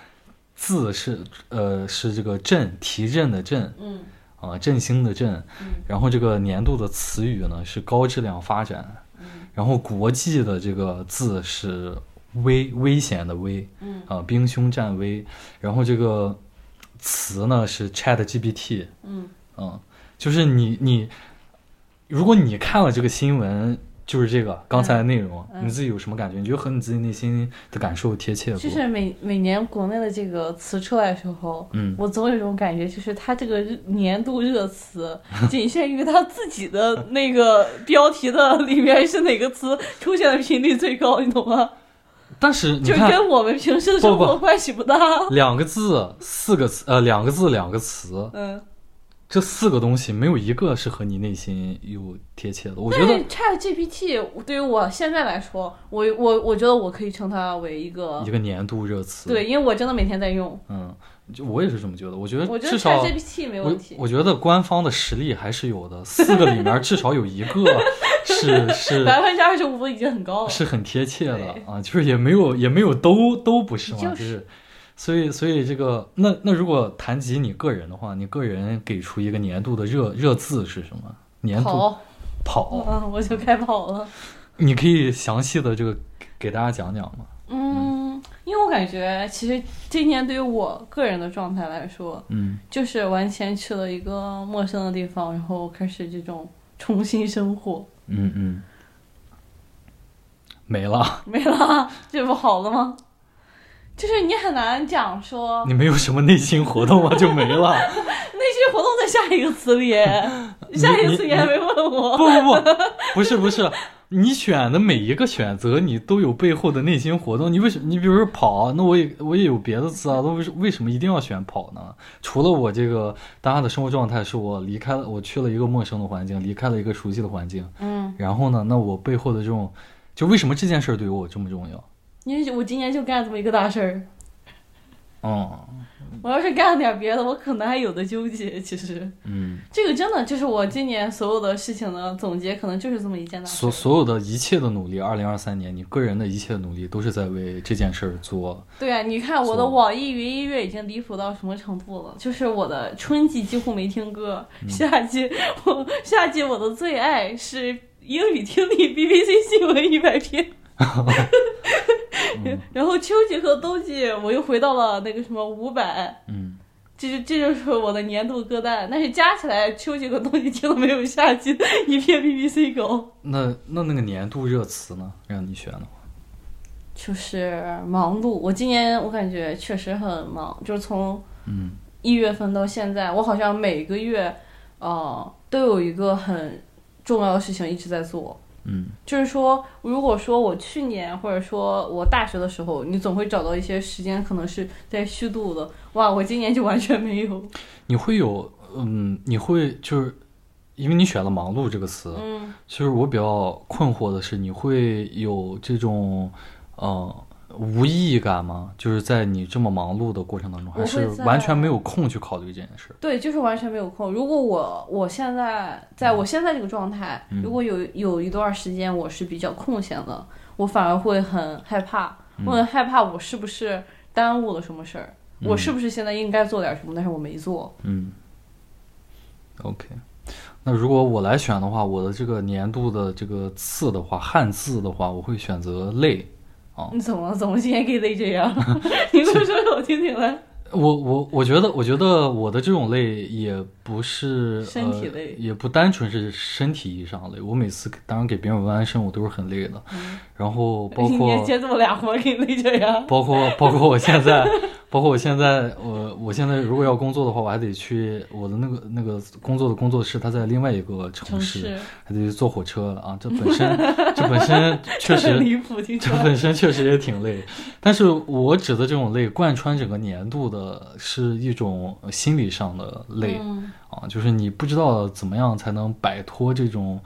[SPEAKER 1] 字是呃是这个振提振的振
[SPEAKER 2] 嗯
[SPEAKER 1] 啊振兴的振，
[SPEAKER 2] 嗯
[SPEAKER 1] 然后这个年度的词语呢是高质量发展，
[SPEAKER 2] 嗯
[SPEAKER 1] 然后国际的这个字是危危险的危
[SPEAKER 2] 嗯
[SPEAKER 1] 啊兵凶战危，然后这个词呢是 Chat GPT，
[SPEAKER 2] 嗯
[SPEAKER 1] 嗯，就是你你，如果你看了这个新闻，就是这个刚才的内容，
[SPEAKER 2] 嗯嗯
[SPEAKER 1] 你自己有什么感觉？你觉得和你自己内心的感受贴切不？
[SPEAKER 2] 就是每每年国内的这个词出来的时候，
[SPEAKER 1] 嗯，
[SPEAKER 2] 我总有一种感觉，就是它这个热年度
[SPEAKER 1] *laughs*
[SPEAKER 2] 热词，仅限于它自己的那个标题的里面是哪个词出现的频率最高，你懂吗？
[SPEAKER 1] 但是你
[SPEAKER 2] 就
[SPEAKER 1] 看，
[SPEAKER 2] 跟我们平时的生
[SPEAKER 1] 不
[SPEAKER 2] 活
[SPEAKER 1] 不
[SPEAKER 2] 关系
[SPEAKER 1] *laughs*
[SPEAKER 2] 不大。
[SPEAKER 1] 两个字、四个词，呃，两个字、两个词，
[SPEAKER 2] 嗯，
[SPEAKER 1] 这四个东西没有一个是和你内心有贴切的。我觉得
[SPEAKER 2] 对 Chat GPT 对于我现在来说，我我我觉得我可以称它为一个
[SPEAKER 1] 一个年度热词，
[SPEAKER 2] 对，，因为我真的每天在用，
[SPEAKER 1] 嗯，就我也是这么觉得。我觉得
[SPEAKER 2] 我觉得
[SPEAKER 1] 呃至少
[SPEAKER 2] Chat GPT 没问
[SPEAKER 1] 我
[SPEAKER 2] 题。
[SPEAKER 1] 我觉得官方的实力还是有的，四个里面至少有一个
[SPEAKER 2] *laughs*
[SPEAKER 1] 是是
[SPEAKER 2] 百分之二十五已经很高了，
[SPEAKER 1] 是很贴切的
[SPEAKER 2] 对
[SPEAKER 1] 啊，就是也没有也没有都都不是嘛，
[SPEAKER 2] 就是
[SPEAKER 1] 是，所以所以这个那那如果谈及你个人的话，你个人给出一个年度的热热字是什么？年度
[SPEAKER 2] 跑，
[SPEAKER 1] 跑，
[SPEAKER 2] 嗯，我就该跑了。
[SPEAKER 1] 你可以详细的这个给给大家讲讲吗？
[SPEAKER 2] 嗯，因为我感觉其实今年对于我个人的状态来说，
[SPEAKER 1] 嗯
[SPEAKER 2] 就是完全去了一个陌生的地方，然后开始这种重新生活，
[SPEAKER 1] 嗯嗯，没了，
[SPEAKER 2] 没了，这不好了吗？ *laughs* 就是你很难讲说
[SPEAKER 1] 你没有什么内心活动吗？就没了。 *laughs*
[SPEAKER 2] 那些活动在下一个词里， *laughs* 下一个词你还没问我。
[SPEAKER 1] 不不不，不是不是，你选的每一个选择，你都有背后的内心活动。你为什你比如说跑，那我也我也有别的词啊，那为什为什么一定要选跑呢？除了我这个当下的生活状态是我离开了，我去了一个陌生的环境，离开了一个熟悉的环境，
[SPEAKER 2] 嗯，
[SPEAKER 1] 然后呢，那我背后的这种，就为什么这件事儿对于我这么重要？
[SPEAKER 2] 因为我今年就干这么一个大事儿，
[SPEAKER 1] 嗯
[SPEAKER 2] 我要是干点别的，我可能还有的纠结。其实
[SPEAKER 1] 嗯，
[SPEAKER 2] 这个真的就是我今年所有的事情的总结，可能就是这么一件大事
[SPEAKER 1] 所
[SPEAKER 2] 儿。
[SPEAKER 1] 所有的一切的努力，二零二三年你个人的一切努力都是在为这件事儿做。
[SPEAKER 2] 对啊，你看我的
[SPEAKER 1] 所
[SPEAKER 2] 网易云音乐已经离谱到什么程度了？就是我的春季几乎没听歌，夏季 *laughs* 我夏季我的最爱是英语听力 BBC 新闻一百篇。然后秋季和冬季，我又回到了那个什么五百，
[SPEAKER 1] 嗯，
[SPEAKER 2] 这就这就是我的年度歌单。但是加起来，秋季和冬季听的没有夏季的一篇 BBC 高。
[SPEAKER 1] 那那那个年度热词呢？让你选的话。
[SPEAKER 2] 就是忙碌，我今年我感觉确实很忙，就是从
[SPEAKER 1] 嗯。
[SPEAKER 2] 一月份到现在，我好像每个月，呃，都有一个很重要的事情一直在做。
[SPEAKER 1] 嗯
[SPEAKER 2] 就是说，如果说我去年或者说我大学的时候，你总会找到一些时间可能是在虚度的。哇，我今年就完全没有。，
[SPEAKER 1] 你会有，嗯，你会就是，因为你选了“忙碌”这个词，
[SPEAKER 2] 嗯
[SPEAKER 1] 其实我比较困惑的是，你会有这种，呃，无意义感吗？就是在你这么忙碌的过程当中，
[SPEAKER 2] 我会
[SPEAKER 1] 还是
[SPEAKER 2] 在
[SPEAKER 1] 完全没有空去考虑这件事？
[SPEAKER 2] 对，就是完全没有空。如果我我现在在
[SPEAKER 1] 嗯
[SPEAKER 2] 我现在这个状态，如果有有一段时间我是比较空闲的，我反而会很害怕，
[SPEAKER 1] 嗯
[SPEAKER 2] 我很害怕我是不是耽误了什么事儿，我是不是现在应该做点什么，但是我没做。
[SPEAKER 1] 嗯，OK。那如果我来选的话，我的这个年度的这个字的话，汉字的话，我会选择累。哦
[SPEAKER 2] 你怎么了？怎么今天给累这样？ *laughs* 你快说说我听听来。
[SPEAKER 1] 我我我觉得，我觉得我的这种累也不是
[SPEAKER 2] 身体累
[SPEAKER 1] 呃，也不单纯是身体意义上的累。我每次给当然给别人纹完身，我都是很累的。
[SPEAKER 2] 嗯
[SPEAKER 1] 然后 *laughs* 包
[SPEAKER 2] 一 *laughs* 年
[SPEAKER 1] 括
[SPEAKER 2] 接这么俩活儿，给累这
[SPEAKER 1] *laughs*
[SPEAKER 2] 样。
[SPEAKER 1] 包括包括我现在，包括我现在，我我现在如果要工作的话，我还得去我的那个那个工作的工作室，它在另外一个城
[SPEAKER 2] 城
[SPEAKER 1] 市，
[SPEAKER 2] 市
[SPEAKER 1] 还得去坐火车啊。这本身这本身确实
[SPEAKER 2] 很离谱，听
[SPEAKER 1] 这
[SPEAKER 2] 说。
[SPEAKER 1] 本身确实也挺累，但是我指的这种累贯穿整个年度的是一种呃心理上的累、
[SPEAKER 2] 嗯
[SPEAKER 1] 啊，就是你不知道怎么样才能摆脱这种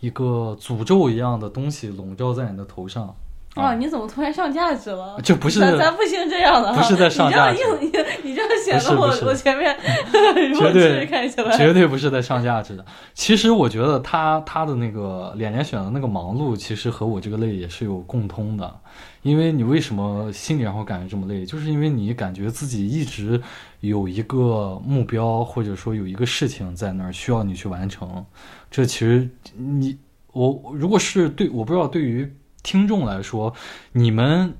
[SPEAKER 1] 一个诅咒一样的东西笼罩在你的头上
[SPEAKER 2] 哇，你怎么突然上价值了？
[SPEAKER 1] 啊就不是
[SPEAKER 2] 咱咱不兴这样的哈，
[SPEAKER 1] 不是在上价值
[SPEAKER 2] 你这样硬，你你这样显
[SPEAKER 1] 不是
[SPEAKER 2] 得我
[SPEAKER 1] 不是嗯
[SPEAKER 2] 我前面 *laughs* 如
[SPEAKER 1] 绝
[SPEAKER 2] 果
[SPEAKER 1] 对
[SPEAKER 2] 看起来，
[SPEAKER 1] 绝对不是在上价值的。其实我觉得他他的那个脸脸选的那个忙碌，其实和我这个累也是有共通的。因为你为什么心里上会感觉这么累，就是因为你感觉自己一直有一个目标，或者说有一个事情在那儿需要你去完成。这其实你我如果是对我不知道对于听众来说，你们。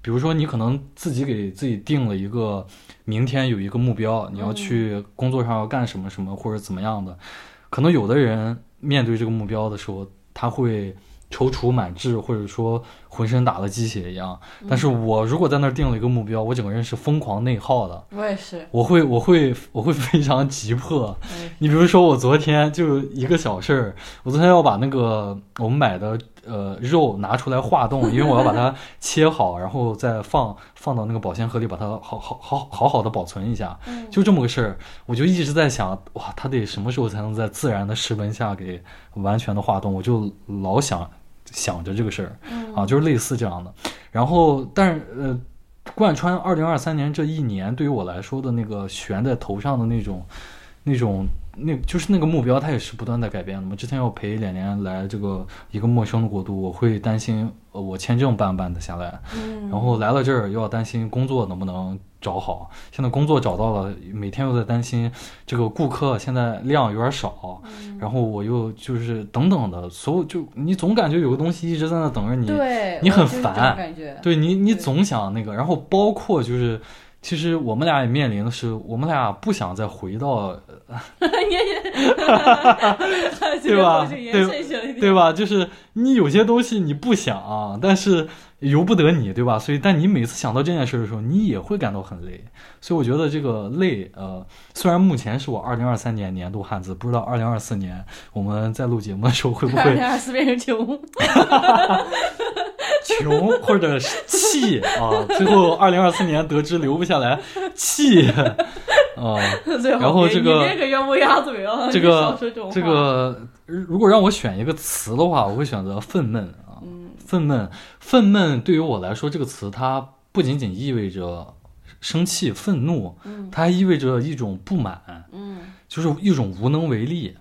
[SPEAKER 1] 比如说，你可能自己给自己定了一个明天有一个目标，你要去工作上要干什么什么或者怎么样的。可能有的人面对这个目标的时候，他会踌躇满志，或者说浑身打了鸡血一样。
[SPEAKER 2] 嗯
[SPEAKER 1] 但是我如果在那儿定了一个目标，我整个人是疯狂内耗的，
[SPEAKER 2] 嗯我也是，
[SPEAKER 1] 我会我会我会非常急迫。
[SPEAKER 2] 我也是
[SPEAKER 1] 你比如说，我昨天就一个小事儿，我昨天要把那个我们买的呃肉拿出来化冻，因为我要把它切好，然后再放放到那个保鲜盒里，把它好好好好好的保存一下。
[SPEAKER 2] 嗯
[SPEAKER 1] 就这么个事儿，我就一直在想，哇，它得什么时候才能在自然的室温下给完全的化冻？我就老想想着这个事儿
[SPEAKER 2] 嗯
[SPEAKER 1] 啊，就是类似这样的。然后，但是呃。贯穿二零二三年这一年，对于我来说的那个悬在头上的那种那种那就是那个目标，它也是不断在改变的嘛。之前要陪脸脸来这个一个陌生的国度，我会担心呃我签证办不办得下来，
[SPEAKER 2] 嗯
[SPEAKER 1] 然后来了这儿又要担心工作能不能找好。现在工作找到了，每天又在担心这个顾客现在量有点少，
[SPEAKER 2] 嗯
[SPEAKER 1] 然后我又就是等等的，所有就你总感觉有个东西一直在那等着你，
[SPEAKER 2] 对，
[SPEAKER 1] 你
[SPEAKER 2] 我
[SPEAKER 1] 很
[SPEAKER 2] 就是这
[SPEAKER 1] 烦
[SPEAKER 2] 种感觉，
[SPEAKER 1] 对你，你
[SPEAKER 2] 对
[SPEAKER 1] 总想那个，然后包括就是，其实我们俩也面临的是，我们俩不想再回到，
[SPEAKER 2] *laughs* 这个
[SPEAKER 1] 吧
[SPEAKER 2] 故事也
[SPEAKER 1] 对
[SPEAKER 2] 慎行一点
[SPEAKER 1] 对吧？就是你有些东西你不想，但是由不得你，对吧？所以，但你每次想到这件事的时候，你也会感到很累。所以，我觉得这个累，呃，虽然目前是我二零二三年年度汉字，不知道二零二四年我们在录节目的时候会不
[SPEAKER 2] 看 *laughs*
[SPEAKER 1] 会
[SPEAKER 2] 看四变成穷，
[SPEAKER 1] 穷或者是气啊？最后，二零二四年得知留不下来，气啊。
[SPEAKER 2] 最后
[SPEAKER 1] 然后
[SPEAKER 2] 别
[SPEAKER 1] 这个
[SPEAKER 2] 你 *laughs* 这个冤不鸦嘴啊，
[SPEAKER 1] 这
[SPEAKER 2] 你少
[SPEAKER 1] 个
[SPEAKER 2] 说种
[SPEAKER 1] 这
[SPEAKER 2] 话，
[SPEAKER 1] 个，如果让我选一个词的话，我会选择愤懑啊。愤懑，愤懑对于我来说，这个词它不仅仅意味着生气、愤怒，它还意味着一种不满，
[SPEAKER 2] 嗯
[SPEAKER 1] 就是一种无能为力。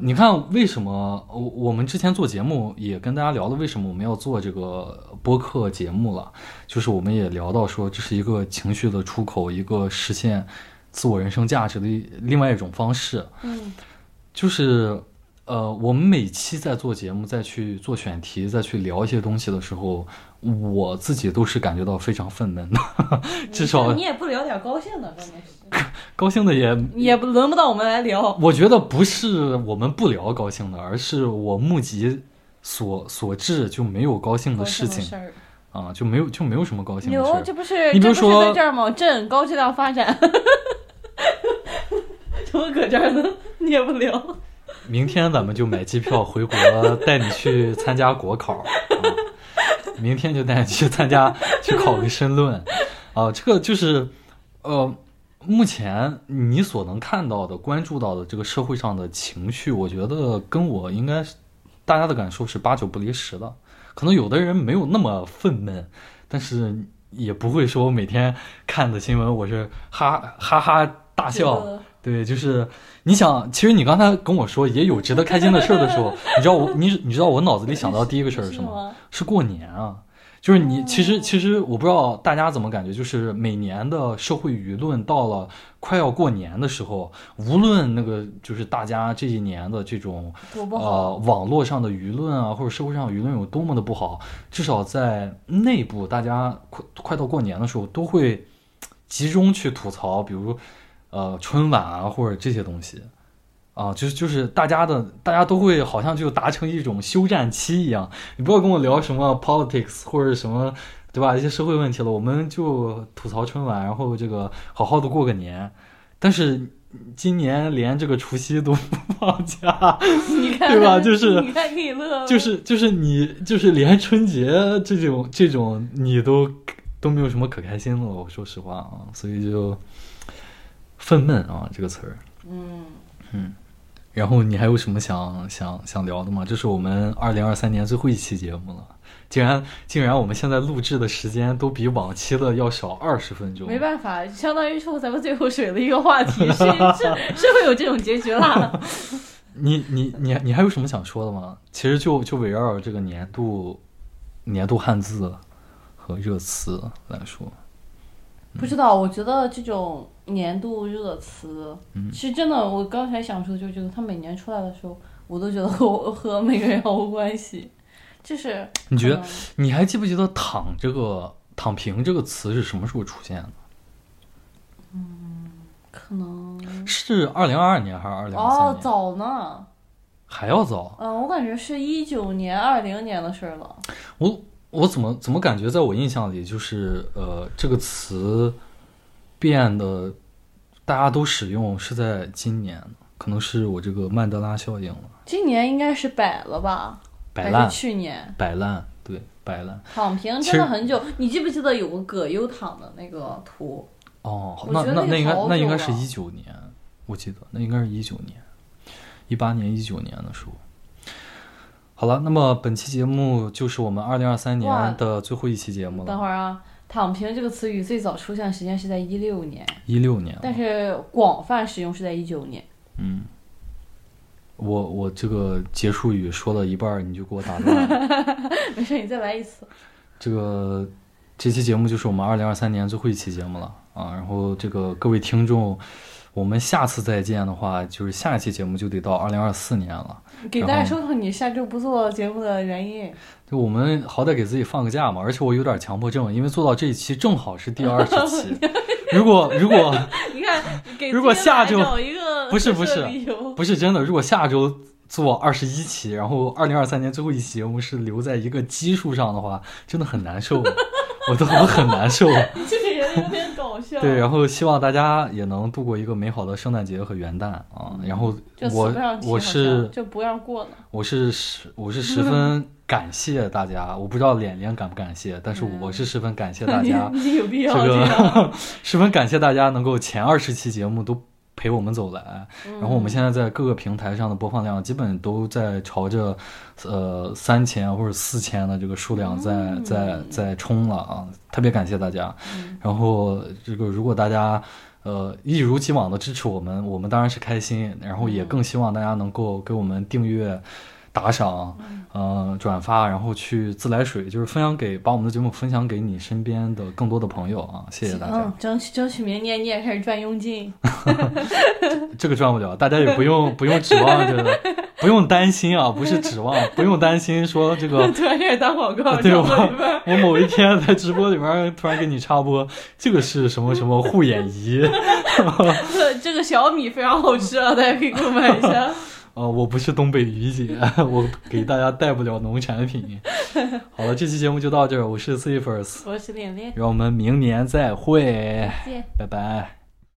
[SPEAKER 1] 你看，为什么我我们之前做节目也跟大家聊了，为什么我们要做这个播客节目了？就是我们也聊到说，这是一个情绪的出口，一个实现自我人生价值的一另外一种方式。
[SPEAKER 2] 嗯
[SPEAKER 1] 就是呃，我们每期在做节目、再去做选题、再去聊一些东西的时候，我自己都是感觉到非常愤懑的， *laughs* 至少
[SPEAKER 2] 你也不聊点高兴的，关键是
[SPEAKER 1] 高兴的也。
[SPEAKER 2] 也不轮不到我们来聊，
[SPEAKER 1] 我觉得不是我们不聊高兴的，而是我目及所所致就没有高兴的
[SPEAKER 2] 高
[SPEAKER 1] 事
[SPEAKER 2] 兴
[SPEAKER 1] 情
[SPEAKER 2] 事儿。
[SPEAKER 1] 啊，就没有就没有什么高兴的事
[SPEAKER 2] 牛
[SPEAKER 1] 儿，。
[SPEAKER 2] 这不是
[SPEAKER 1] 你比
[SPEAKER 2] 这
[SPEAKER 1] 如
[SPEAKER 2] 不是
[SPEAKER 1] 说
[SPEAKER 2] 在这儿吗？朕高质量发展，怎么搁这儿呢？你也不聊，
[SPEAKER 1] 明天咱们就买机票回国，带你去参加国考。啊、明天就带你去参加，去考个申论。啊，这个就是，呃，目前你所能看到的、关注到的这个社会上的情绪，我觉得跟我应该是大家的感受是八九不离十的。可能有的人没有那么愤懑，但是也不会说每天看的新闻我是哈哈哈大笑。对，就是你想，其实你刚才跟我说也有值得开心的事儿的时候，你知道我你你知道我脑子里想到第一个事儿是什
[SPEAKER 2] *laughs* 是
[SPEAKER 1] 么
[SPEAKER 2] 吗？哦
[SPEAKER 1] 是过年啊。就是你其实其实我不知道大家怎么感觉，就是每年的社会舆论到了快要过年的时候，无论那个就是大家这一年的这种
[SPEAKER 2] 多不好。
[SPEAKER 1] 呃网络上的舆论啊，或者社会上的舆论有多么的不好，至少在内部，大家快快到过年的时候都会集中去吐槽，比如呃春晚啊或者这些东西。啊，就是就是大家的，大家都会好像就达成一种休战期一样。你不要跟我聊什么 politics 或者什么，对吧？一些社会问题了，我们就吐槽春晚，然后这个好好的过个年。但是今年连这个除夕都不放假， *laughs*
[SPEAKER 2] 你看，
[SPEAKER 1] 对吧就是
[SPEAKER 2] 你看你乐了，
[SPEAKER 1] 就是就是你就是连春节这种这种你都都没有什么可开心的了，我说实话啊，所以就愤懑啊这个词儿，
[SPEAKER 2] 嗯
[SPEAKER 1] 嗯，然后你还有什么想想想聊的吗？这是我们二零二三年最后一期节目了，竟然竟然我们现在录制的时间都比往期的要少二十分钟，
[SPEAKER 2] 没办法，相当于是咱们最后水的一个话题，是是是会有这种结
[SPEAKER 1] *laughs*
[SPEAKER 2] 局啦。
[SPEAKER 1] 你你你你还有什么想说的吗？其实就就围绕这个年度年度汉字和热词来说，
[SPEAKER 2] 不知道，我觉得这种年度热词，
[SPEAKER 1] 嗯
[SPEAKER 2] 其实真的，我刚才想说就是这个，它每年出来的时候，我都觉得和和每个人毫无关系，就是
[SPEAKER 1] 你觉得
[SPEAKER 2] 嗯
[SPEAKER 1] 你还记不记得“躺”这个“躺平”这个词是什么时候出现的？
[SPEAKER 2] 可能
[SPEAKER 1] 是二零二二年还是二零二
[SPEAKER 2] 哦
[SPEAKER 1] 三年？
[SPEAKER 2] 早呢，
[SPEAKER 1] 还要早？
[SPEAKER 2] 嗯，我感觉是一九年、二零年的事儿了。
[SPEAKER 1] 我我怎么怎么感觉在我印象里就是呃这个词变得大家都使用是在今年，可能是我这个曼德拉效应了，
[SPEAKER 2] 今年应该是摆了吧？
[SPEAKER 1] 摆
[SPEAKER 2] 还
[SPEAKER 1] 烂
[SPEAKER 2] 是去年
[SPEAKER 1] 摆烂，对摆烂。
[SPEAKER 2] 躺平
[SPEAKER 1] 其
[SPEAKER 2] 真的
[SPEAKER 1] 实
[SPEAKER 2] 很久，你记不记得有个葛优躺的那个图？
[SPEAKER 1] 哦，好
[SPEAKER 2] 我
[SPEAKER 1] 那
[SPEAKER 2] 觉得
[SPEAKER 1] 那那
[SPEAKER 2] 那个
[SPEAKER 1] 应该
[SPEAKER 2] 好
[SPEAKER 1] 那应
[SPEAKER 2] 久
[SPEAKER 1] 该是
[SPEAKER 2] 了
[SPEAKER 1] 一九年，我记得那应该是一九年，一八年一九年的时候。好了，那么本期节目就是我们二零二三
[SPEAKER 2] 哇
[SPEAKER 1] 年的最后一期节目
[SPEAKER 2] 等
[SPEAKER 1] 了，
[SPEAKER 2] 会儿啊，躺平这个词语最早出现的时间是在一六年，
[SPEAKER 1] 一六年了。
[SPEAKER 2] 但是广泛使用是在一九年。 *laughs*
[SPEAKER 1] 嗯，我我这个结束语说到一半儿你就给我打断
[SPEAKER 2] *laughs*
[SPEAKER 1] 了。
[SPEAKER 2] 没事，你再来一次。
[SPEAKER 1] 这个这期节目就是我们二零二三年最后一期节目了啊。然后这个各位听众，我们下次再见的话，就是下一期节目就得到二零二四年了。
[SPEAKER 2] 给大家说说你下周不做节目的原因。
[SPEAKER 1] 就我们好歹给自己放个假嘛，而且我有点强迫症，因为做到这一期正好是第
[SPEAKER 2] *laughs*
[SPEAKER 1] 二十期。如果如果
[SPEAKER 2] 你看，给
[SPEAKER 1] 如果
[SPEAKER 2] 自己来
[SPEAKER 1] 下周
[SPEAKER 2] 找一个
[SPEAKER 1] 不是
[SPEAKER 2] 合适的
[SPEAKER 1] 不是
[SPEAKER 2] 理由， *laughs*
[SPEAKER 1] 不是真的，如果下周做二十一期，然后二零二三年最后一期节目是留在一个基数上的话，真的很难受，
[SPEAKER 2] *laughs*
[SPEAKER 1] 我都我很难受。
[SPEAKER 2] 你这个人有点搞笑。
[SPEAKER 1] 对，然后希望大家也能度过一个美好的圣诞节和元旦啊。然后
[SPEAKER 2] 嗯就死
[SPEAKER 1] 我
[SPEAKER 2] 不让提
[SPEAKER 1] 我
[SPEAKER 2] 好像
[SPEAKER 1] 是
[SPEAKER 2] 就不让过了。
[SPEAKER 1] 我是十我是十分感谢大家，我不知道脸脸感不感谢，但是我是十分感 *laughs* 谢大家。
[SPEAKER 2] *laughs* 你你有必要
[SPEAKER 1] 这
[SPEAKER 2] 这样？
[SPEAKER 1] 个 *laughs* 十分感谢大家能够前二十期节目都陪我们走来，然后我
[SPEAKER 2] 嗯
[SPEAKER 1] 们现在在各个平台上的播放量基本都在朝着呃三千或者四千的这个数量在、在在冲了啊！特别感谢大家。然后这个如果大家呃一如既往的支持我们，我们当然是开心，然后也更希望大家能够给我们订阅。打赏，呃，转发，然后去自来水，就是分享给把我们的节目分享给你身边的更多的朋友啊！谢谢大家。
[SPEAKER 2] 嗯，争取争取明年你也开始赚佣金。
[SPEAKER 1] 这个赚不了，大家也不用不用指望着，不用担心啊，不是指望，不用担心说这
[SPEAKER 2] *laughs*
[SPEAKER 1] 个
[SPEAKER 2] 突然开始打广告，
[SPEAKER 1] 对
[SPEAKER 2] 然
[SPEAKER 1] 我
[SPEAKER 2] 后里边
[SPEAKER 1] 我某一天在直播里面突然给你插播，这个是什么什么护眼仪，
[SPEAKER 2] *laughs* 这这个小米非常好吃啊，大家可以购买一下。 *laughs*
[SPEAKER 1] 呃，我不是东北于姐，我给大家带不了农产品。好了，这期节目就到这儿，我是 C First，
[SPEAKER 2] 我是恋恋，
[SPEAKER 1] 让我们明年再会，
[SPEAKER 2] 见。
[SPEAKER 1] 拜拜。